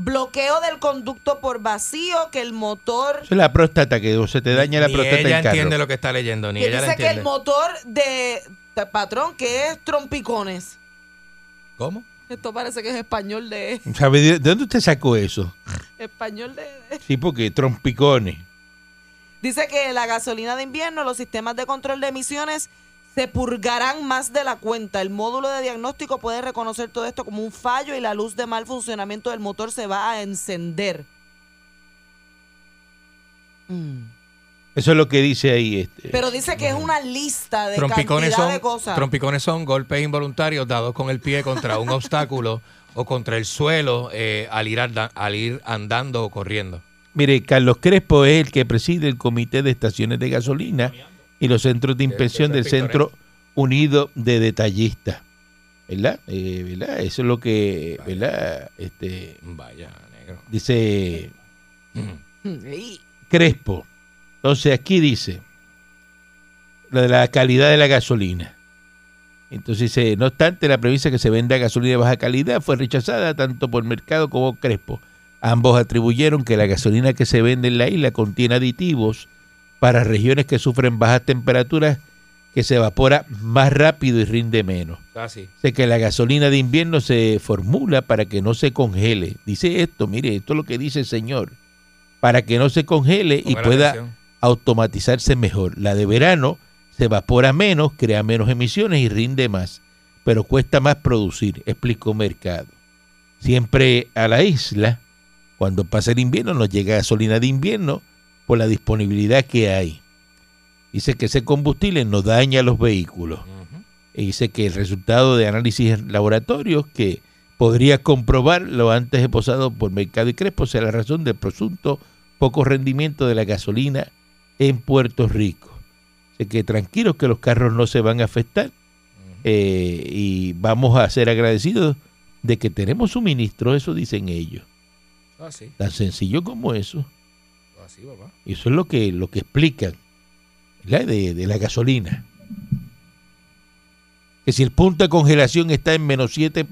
Speaker 5: bloqueo del conducto por vacío, que el motor...
Speaker 3: Eso es la próstata que se te daña la
Speaker 4: ni
Speaker 3: próstata
Speaker 4: ella
Speaker 3: del carro.
Speaker 4: entiende lo que está leyendo, ni
Speaker 5: Que
Speaker 4: ella la
Speaker 5: dice que el
Speaker 4: entiende.
Speaker 5: motor de, de patrón, que es trompicones.
Speaker 4: ¿Cómo?
Speaker 5: Esto parece que es español de...
Speaker 3: ¿Sabe de dónde usted sacó eso?
Speaker 5: Español de
Speaker 3: Sí, porque trompicones.
Speaker 5: Dice que la gasolina de invierno, los sistemas de control de emisiones se purgarán más de la cuenta. El módulo de diagnóstico puede reconocer todo esto como un fallo y la luz de mal funcionamiento del motor se va a encender. Mm.
Speaker 3: Eso es lo que dice ahí. Este.
Speaker 5: Pero dice que es una lista de
Speaker 4: Trompicones
Speaker 5: cantidad
Speaker 4: son,
Speaker 5: de cosas.
Speaker 4: trompicones son golpes involuntarios dados con el pie contra un obstáculo o contra el suelo eh, al, ir anda- al ir andando o corriendo.
Speaker 3: Mire, Carlos Crespo es el que preside el Comité de Estaciones de Gasolina y los centros de inspección del Centro
Speaker 4: ¿eh?
Speaker 3: Unido de Detallistas. ¿Verdad? Eh, ¿Verdad? Eso es lo que, ¿verdad? Este,
Speaker 4: Vaya, negro. Mm.
Speaker 3: dice
Speaker 5: Sí.
Speaker 3: Crespo. Entonces aquí dice lo de la calidad de la gasolina. Entonces dice, no obstante, la premisa que se venda gasolina de baja calidad fue rechazada tanto por Mercado como Crespo. Ambos atribuyeron que la gasolina que se vende en la isla contiene aditivos para regiones que sufren bajas temperaturas, que se evapora más rápido y rinde menos.
Speaker 4: Ah, sí.
Speaker 3: Dice que la gasolina de invierno se formula para que no se congele. Dice esto, mire, esto es lo que dice el señor. Para que no se congele y
Speaker 4: Pongan
Speaker 3: pueda
Speaker 4: atención.
Speaker 3: automatizarse mejor. La de verano se evapora menos, crea menos emisiones y rinde más, pero cuesta más producir, explicó Mercado. Siempre a la isla, cuando pasa el invierno, nos llega gasolina de invierno por la disponibilidad que hay. Dice que ese combustible no daña los vehículos. Y dice que el resultado de análisis en laboratorios que podría comprobar lo antes esposado por Mercado y Crespo sea la razón del presunto poco rendimiento de la gasolina en Puerto Rico. Así que tranquilos que los carros no se van a afectar eh, y vamos a ser agradecidos de que tenemos suministro, eso dicen ellos.
Speaker 4: Ah, sí.
Speaker 3: Tan sencillo como eso.
Speaker 4: Ah, sí, papá.
Speaker 3: Y Eso es lo que, lo que explican ¿verdad? De, de la gasolina. Que si el punto de congelación está en menos 7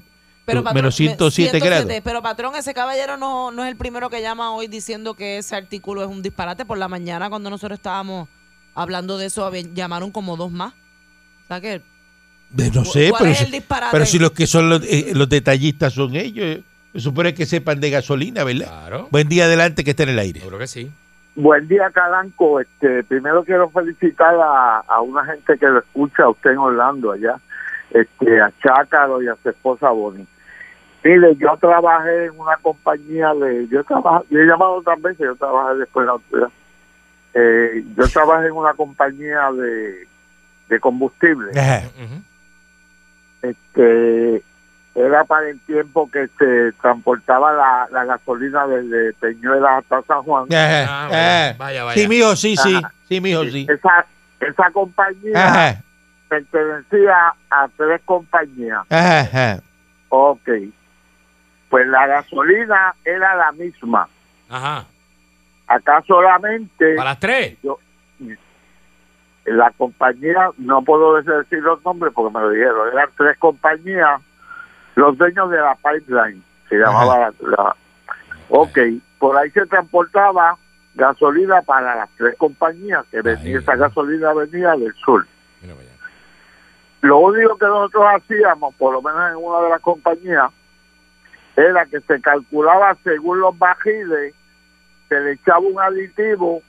Speaker 5: Pero,
Speaker 3: Tú- menos 107 grados.
Speaker 5: Pero patrón, ese caballero no, no es el primero que llama hoy diciendo que ese artículo es un disparate. Por la mañana, cuando nosotros estábamos hablando de eso, había- llamaron como dos más. O sea que
Speaker 3: Eh, No
Speaker 5: ¿Cu-
Speaker 3: sé,
Speaker 5: cuál
Speaker 3: pero,
Speaker 5: es
Speaker 3: si-
Speaker 5: el disparate?
Speaker 3: pero si los que son los, eh, los detallistas son ellos, se supone que sepan de gasolina,
Speaker 5: Ah.
Speaker 3: ¿verdad?
Speaker 4: Claro,
Speaker 3: Buen día adelante que esté en el aire.
Speaker 4: yo creo que sí.
Speaker 9: Buen día, Calanco. Este, primero quiero felicitar a, a una gente que lo escucha a usted en Orlando allá, este, a Chácaro y a su esposa Bonnie. Mire, yo trabajé en una compañía de... Yo, trabajo, yo he llamado otras veces, yo trabajé después de la autoridad. Eh, yo trabajé en una compañía de, de combustible.
Speaker 3: Ajá.
Speaker 4: Ujú.
Speaker 9: Este, era para el tiempo que se transportaba la, la gasolina desde Peñuelas hasta San Juan.
Speaker 3: Ajá,
Speaker 4: Ah, vaya,
Speaker 3: ajá.
Speaker 4: vaya, vaya.
Speaker 3: Eh, Sí, mijo, sí, sí.
Speaker 9: Ajá.
Speaker 3: Sí, mijo, sí.
Speaker 9: Esa, esa compañía...
Speaker 3: Ajá,
Speaker 9: pertenecía a tres compañías.
Speaker 3: ajá, ajá.
Speaker 9: Ok. Pues la gasolina era la misma.
Speaker 4: Ajá.
Speaker 9: Acá solamente
Speaker 4: Para las tres.
Speaker 9: la compañía, no puedo decir los nombres porque me lo dijeron, eran tres compañías, los dueños de la pipeline, se llamaba la, la- Ok, por ahí se transportaba gasolina para las tres compañías, que venía,
Speaker 4: Ahí.
Speaker 9: esa gasolina venía del sur.
Speaker 4: Mira para allá.
Speaker 9: lo único que nosotros hacíamos, por lo menos en una de las compañías, era que se calculaba según los bajiles, se le echaba un aditivo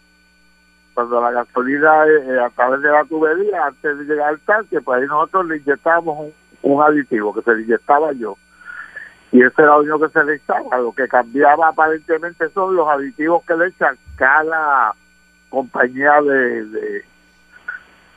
Speaker 9: cuando la gasolina eh, a través de la tubería, antes de llegar al tanque, pues ahí nosotros le inyectábamos un, un aditivo que se le inyectaba yo. Y ese era lo único que se le echaba. Lo que cambiaba aparentemente son los aditivos que le echan cada compañía de... de-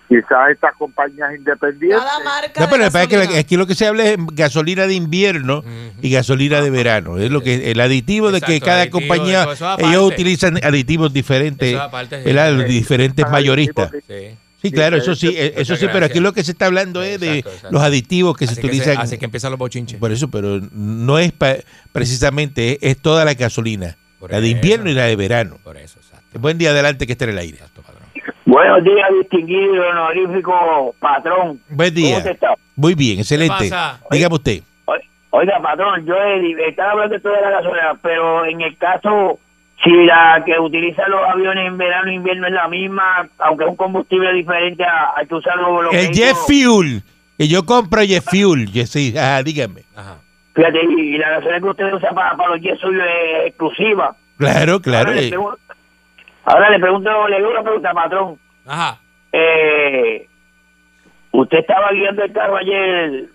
Speaker 9: quizás estas compañías independientes.
Speaker 5: cada marca.
Speaker 3: No, pero
Speaker 5: de
Speaker 3: lo que pasa es que
Speaker 5: gasolina-
Speaker 3: aquí lo que se habla es gasolina de invierno
Speaker 4: Ujú.
Speaker 3: y gasolina de verano. Es lo que el aditivo de que
Speaker 4: Exacto,
Speaker 3: cada
Speaker 4: aditivo,
Speaker 3: compañía,
Speaker 4: eso- eso aparte.
Speaker 3: ellos utilizan aditivos diferentes,
Speaker 4: Eso aparte, sí.
Speaker 3: ¿verdad? Los diferentes
Speaker 9: Para
Speaker 3: mayoristas.
Speaker 9: aditivos
Speaker 4: Sí.
Speaker 3: Sí, claro, eso sí, eh, eso
Speaker 4: Muchas
Speaker 3: sí, pero aquí
Speaker 4: gracias.
Speaker 3: lo que se está hablando es de
Speaker 4: Exacto, exacto.
Speaker 3: los aditivos que
Speaker 4: Así
Speaker 3: se
Speaker 4: que
Speaker 3: utilizan.
Speaker 4: así que empiezan los bochinches.
Speaker 3: Por eso, pero no es pa- precisamente, es, es toda la gasolina.
Speaker 4: Por
Speaker 3: la de
Speaker 4: eso.
Speaker 3: invierno y la de verano.
Speaker 4: Por eso, exacto.
Speaker 3: Buen día adelante que esté en el aire.
Speaker 4: Exacto, patrón.
Speaker 9: Buenos días, distinguido honorífico patrón.
Speaker 3: Buen
Speaker 9: ¿Cómo
Speaker 3: día.
Speaker 9: usted está?
Speaker 3: Muy bien, excelente.
Speaker 4: pasa?
Speaker 3: Dígame usted.
Speaker 9: Oiga, patrón, yo eh, estaba hablando de toda la gasolina, pero en el caso, si la que utilizan los aviones en verano e invierno es la misma, aunque es un combustible diferente a- al que usan los... los
Speaker 3: El
Speaker 9: vehículos,
Speaker 3: Jet Fuel. Que yo compro Jet Fuel. Yo sí, ajá, dígame.
Speaker 4: Ajá.
Speaker 9: Fíjate, y y la gasolina que usted usa para, para los jets suyos es exclusiva.
Speaker 3: Claro, claro.
Speaker 9: ahora, le
Speaker 3: eh,
Speaker 9: pregunto, ahora le pregunto, le doy una pregunta, patrón.
Speaker 4: Ajá.
Speaker 9: Eh, usted estaba guiando el carro ayer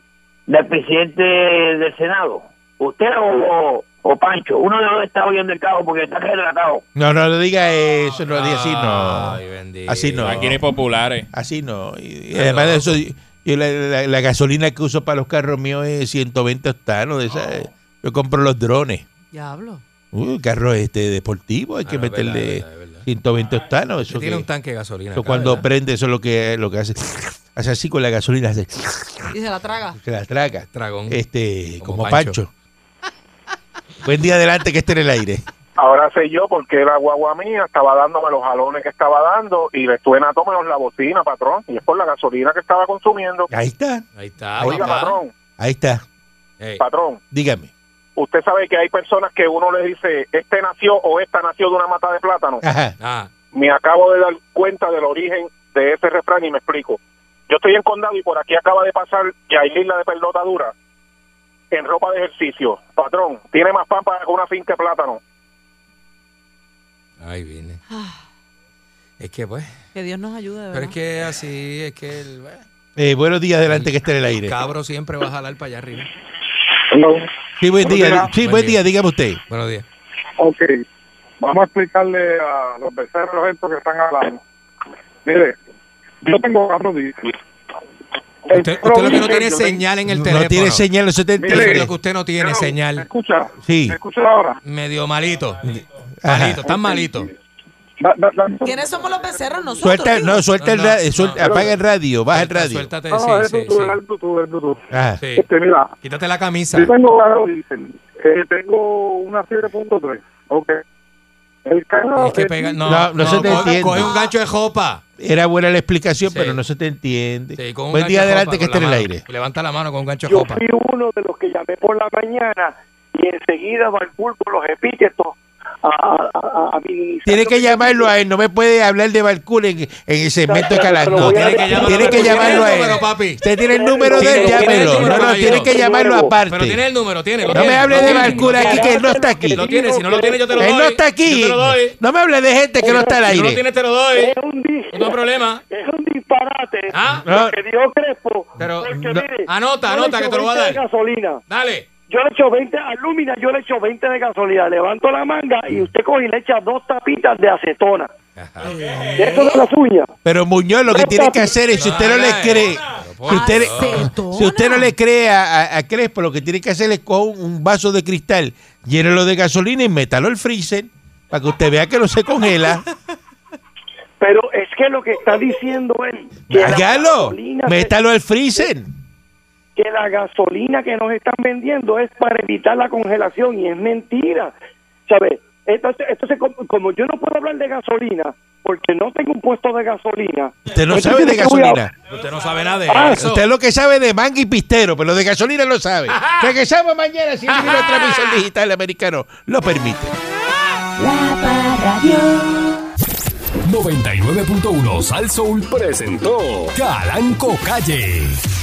Speaker 9: del presidente del Senado. ¿Usted o, o- o Pancho? Uno de los dos estaba guiando el carro porque está retratado.
Speaker 3: No, no, no diga eso. No, diga así
Speaker 4: Ay,
Speaker 3: no.
Speaker 4: bendito.
Speaker 3: Así no.
Speaker 2: Aquí no hay populares.
Speaker 3: Así no. Y, y además de eso, yo la, la- la gasolina que uso para los carros míos es 120 octanos. de esa- eh, Yo compro los drones.
Speaker 5: Diablo.
Speaker 3: Uh, carro este deportivo, hay que
Speaker 4: Ah, no, es
Speaker 3: meterle
Speaker 4: verdad, es verdad, es verdad.
Speaker 3: 120 octanos. Eso
Speaker 4: Tiene
Speaker 3: que-
Speaker 4: un tanque de gasolina.
Speaker 3: eso
Speaker 4: acá,
Speaker 3: cuando
Speaker 4: ¿verdad?
Speaker 3: prende, eso es lo que, lo que hace. Hace así con la gasolina, hace,
Speaker 5: Y se la traga.
Speaker 3: se la traga.
Speaker 4: Dragón.
Speaker 3: Este, como,
Speaker 4: Como
Speaker 3: Pancho. Buen día adelante que esté en el aire.
Speaker 8: Ahora sé yo porque la guagua mía estaba dándome los jalones que estaba dando y le suena a tomarnos la bocina, patrón. Y es por la gasolina que estaba consumiendo.
Speaker 3: Ahí está,
Speaker 4: Ahí está.
Speaker 8: Oiga,
Speaker 4: papá.
Speaker 8: patrón,
Speaker 3: ahí está.
Speaker 4: Ey,
Speaker 8: patrón.
Speaker 3: Dígame.
Speaker 8: Usted sabe que hay personas que uno le dice, este nació o esta nació de una mata de plátano.
Speaker 3: Ajá.
Speaker 4: ah,
Speaker 8: me acabo de dar cuenta del origen de ese refrán y me explico. Yo estoy en condado y por aquí acaba de pasar Yailin la de pelota dura en ropa de ejercicio. Patrón, tiene más pampa que una finca de plátano.
Speaker 4: ahí viene. Es que, pues.
Speaker 5: Que Dios nos ayude, ¿verdad?
Speaker 4: Pero es que así, es que el bueno,
Speaker 3: Eh, buenos días adelante que esté en el aire.
Speaker 4: cabro siempre va a jalar para allá arriba.
Speaker 3: Sí, buen
Speaker 8: Buenos
Speaker 3: día.
Speaker 8: días.
Speaker 3: Sí, buen
Speaker 4: Buen
Speaker 3: día,
Speaker 4: día.
Speaker 3: dígame usted.
Speaker 4: Buenos días.
Speaker 8: Ok, vamos a explicarle a los becerros estos que están hablando. Mire, yo tengo carro diésel. El
Speaker 4: Usted, usted lo que no
Speaker 8: problema
Speaker 4: tiene
Speaker 8: es
Speaker 4: es
Speaker 8: que yo
Speaker 4: señal en el
Speaker 3: no
Speaker 4: teléfono.
Speaker 3: tiene señal, no se te
Speaker 8: Mire,
Speaker 4: Eso es
Speaker 3: entiende.
Speaker 4: lo que usted no tiene,
Speaker 8: tengo- ¿Me
Speaker 4: señal.
Speaker 8: escucha?
Speaker 3: Sí.
Speaker 8: ¿Me escucha ahora?
Speaker 4: Medio malito.
Speaker 3: Ajá.
Speaker 4: Malito, tan malito.
Speaker 8: Da- da- da-
Speaker 5: ¿Quiénes somos los becerros nosotros?
Speaker 3: Suelta,
Speaker 5: digo?
Speaker 3: no, suelta el
Speaker 4: No,
Speaker 3: ra-
Speaker 4: no,
Speaker 3: suelta-
Speaker 4: no.
Speaker 3: apaga el radio, baja el
Speaker 4: Suelta-
Speaker 3: radio.
Speaker 4: Suéltate,
Speaker 8: No, no, es
Speaker 4: sí, sí,
Speaker 8: Bluetooth,
Speaker 4: sí.
Speaker 8: es Bluetooth, es Bluetooth.
Speaker 3: Ajá.
Speaker 4: Sí.
Speaker 8: Este, mira,
Speaker 4: Quítate la camisa.
Speaker 8: Yo tengo carro diésel. Eh, tengo una 7.3. Ok. El carro.
Speaker 4: Tienes que
Speaker 8: eh,
Speaker 4: pegar- No,
Speaker 3: No, no se te
Speaker 4: coge-
Speaker 3: entiende.
Speaker 4: Coge un gancho de jopa.
Speaker 3: Era buena la explicación,
Speaker 4: Sí.
Speaker 3: pero no se te entiende.
Speaker 4: Sí, con un
Speaker 3: buen
Speaker 4: gancho
Speaker 3: día
Speaker 4: de
Speaker 3: adelante
Speaker 4: jopa
Speaker 3: que
Speaker 4: con
Speaker 3: esté en
Speaker 4: la
Speaker 3: el
Speaker 4: mano.
Speaker 3: aire.
Speaker 4: Levanta la mano con un gancho de
Speaker 8: Yo
Speaker 4: jopa.
Speaker 8: fui uno de los que llamé por la mañana y enseguida Valcourt con los epítetos a, a, a- a minimizar
Speaker 3: Tiene
Speaker 8: lo
Speaker 3: que llamarlo a él, no me puede hablar de Balcool en, en el segmento de
Speaker 8: No,
Speaker 3: Calanco.
Speaker 8: tiene que
Speaker 4: llamarlo.
Speaker 3: Tiene que
Speaker 4: Tiene el
Speaker 3: llamarlo a él.
Speaker 4: número, papi.
Speaker 3: Usted tiene el número de él,
Speaker 4: Tiene- tiene el
Speaker 3: llámelo.
Speaker 4: número,
Speaker 3: No, no,
Speaker 4: caballero.
Speaker 3: tiene que llamarlo
Speaker 4: Pero tiene
Speaker 3: aparte.
Speaker 4: el número, tiene. lo
Speaker 3: No me
Speaker 4: tiene,
Speaker 3: hable
Speaker 4: lo
Speaker 3: de
Speaker 4: tiene.
Speaker 3: Balcool aquí, que él no está aquí.
Speaker 4: Lo tiene, si no lo tiene, yo te lo doy.
Speaker 3: Él no está aquí.
Speaker 4: Yo te lo doy.
Speaker 3: No me hable de gente que no está al
Speaker 4: Si no lo
Speaker 3: aire.
Speaker 4: tienes, te lo doy.
Speaker 8: Es un, dis-
Speaker 4: No hay problema.
Speaker 8: es un disparate
Speaker 4: Ah,
Speaker 3: No,
Speaker 8: lo que dio Crespo.
Speaker 4: Pero,
Speaker 8: porque,
Speaker 4: no,
Speaker 8: mire,
Speaker 4: anota,
Speaker 8: yo le
Speaker 4: anota,
Speaker 8: echo
Speaker 4: que te lo voy a
Speaker 8: 20 de
Speaker 4: dar.
Speaker 8: gasolina.
Speaker 4: Dale.
Speaker 8: Yo le echo 20 a Lumina, yo le echo 20 de gasolina. Levanto la manga
Speaker 4: Mm.
Speaker 8: y usted coge y le echa dos tapitas de acetona. Y eso no es las uñas.
Speaker 3: Pero Muñoz, lo que tiene que hacer es, si usted no le
Speaker 4: Dale.
Speaker 3: cree, si usted,
Speaker 5: Acetona.
Speaker 3: si usted no le cree a, a- a Crespo, lo que tiene que hacer es coger un vaso de cristal, llénelo de gasolina y métalo al freezer para que usted vea que no se congela.
Speaker 8: Pero es que lo que está diciendo él. Que la
Speaker 3: Hágalo,
Speaker 8: gasolina que-
Speaker 3: métalo al freezer.
Speaker 8: que la gasolina que nos están vendiendo es para evitar la congelación y es mentira. ¿Sabes? Entonces, entonces como, como yo no puedo hablar de gasolina porque no tengo un puesto de gasolina.
Speaker 3: Usted no
Speaker 8: entonces
Speaker 3: sabe de
Speaker 8: yo voy a-
Speaker 3: gasolina.
Speaker 4: Usted no sabe nada de
Speaker 8: Ah,
Speaker 4: eso.
Speaker 3: Usted lo que sabe de manga y pistero, pero de gasolina lo sabe. Regresamos mañana si el libro de transmisión digital americano lo permite.
Speaker 10: La Parradio.
Speaker 1: 99.1 Sal Soul presentó Calanco Calle.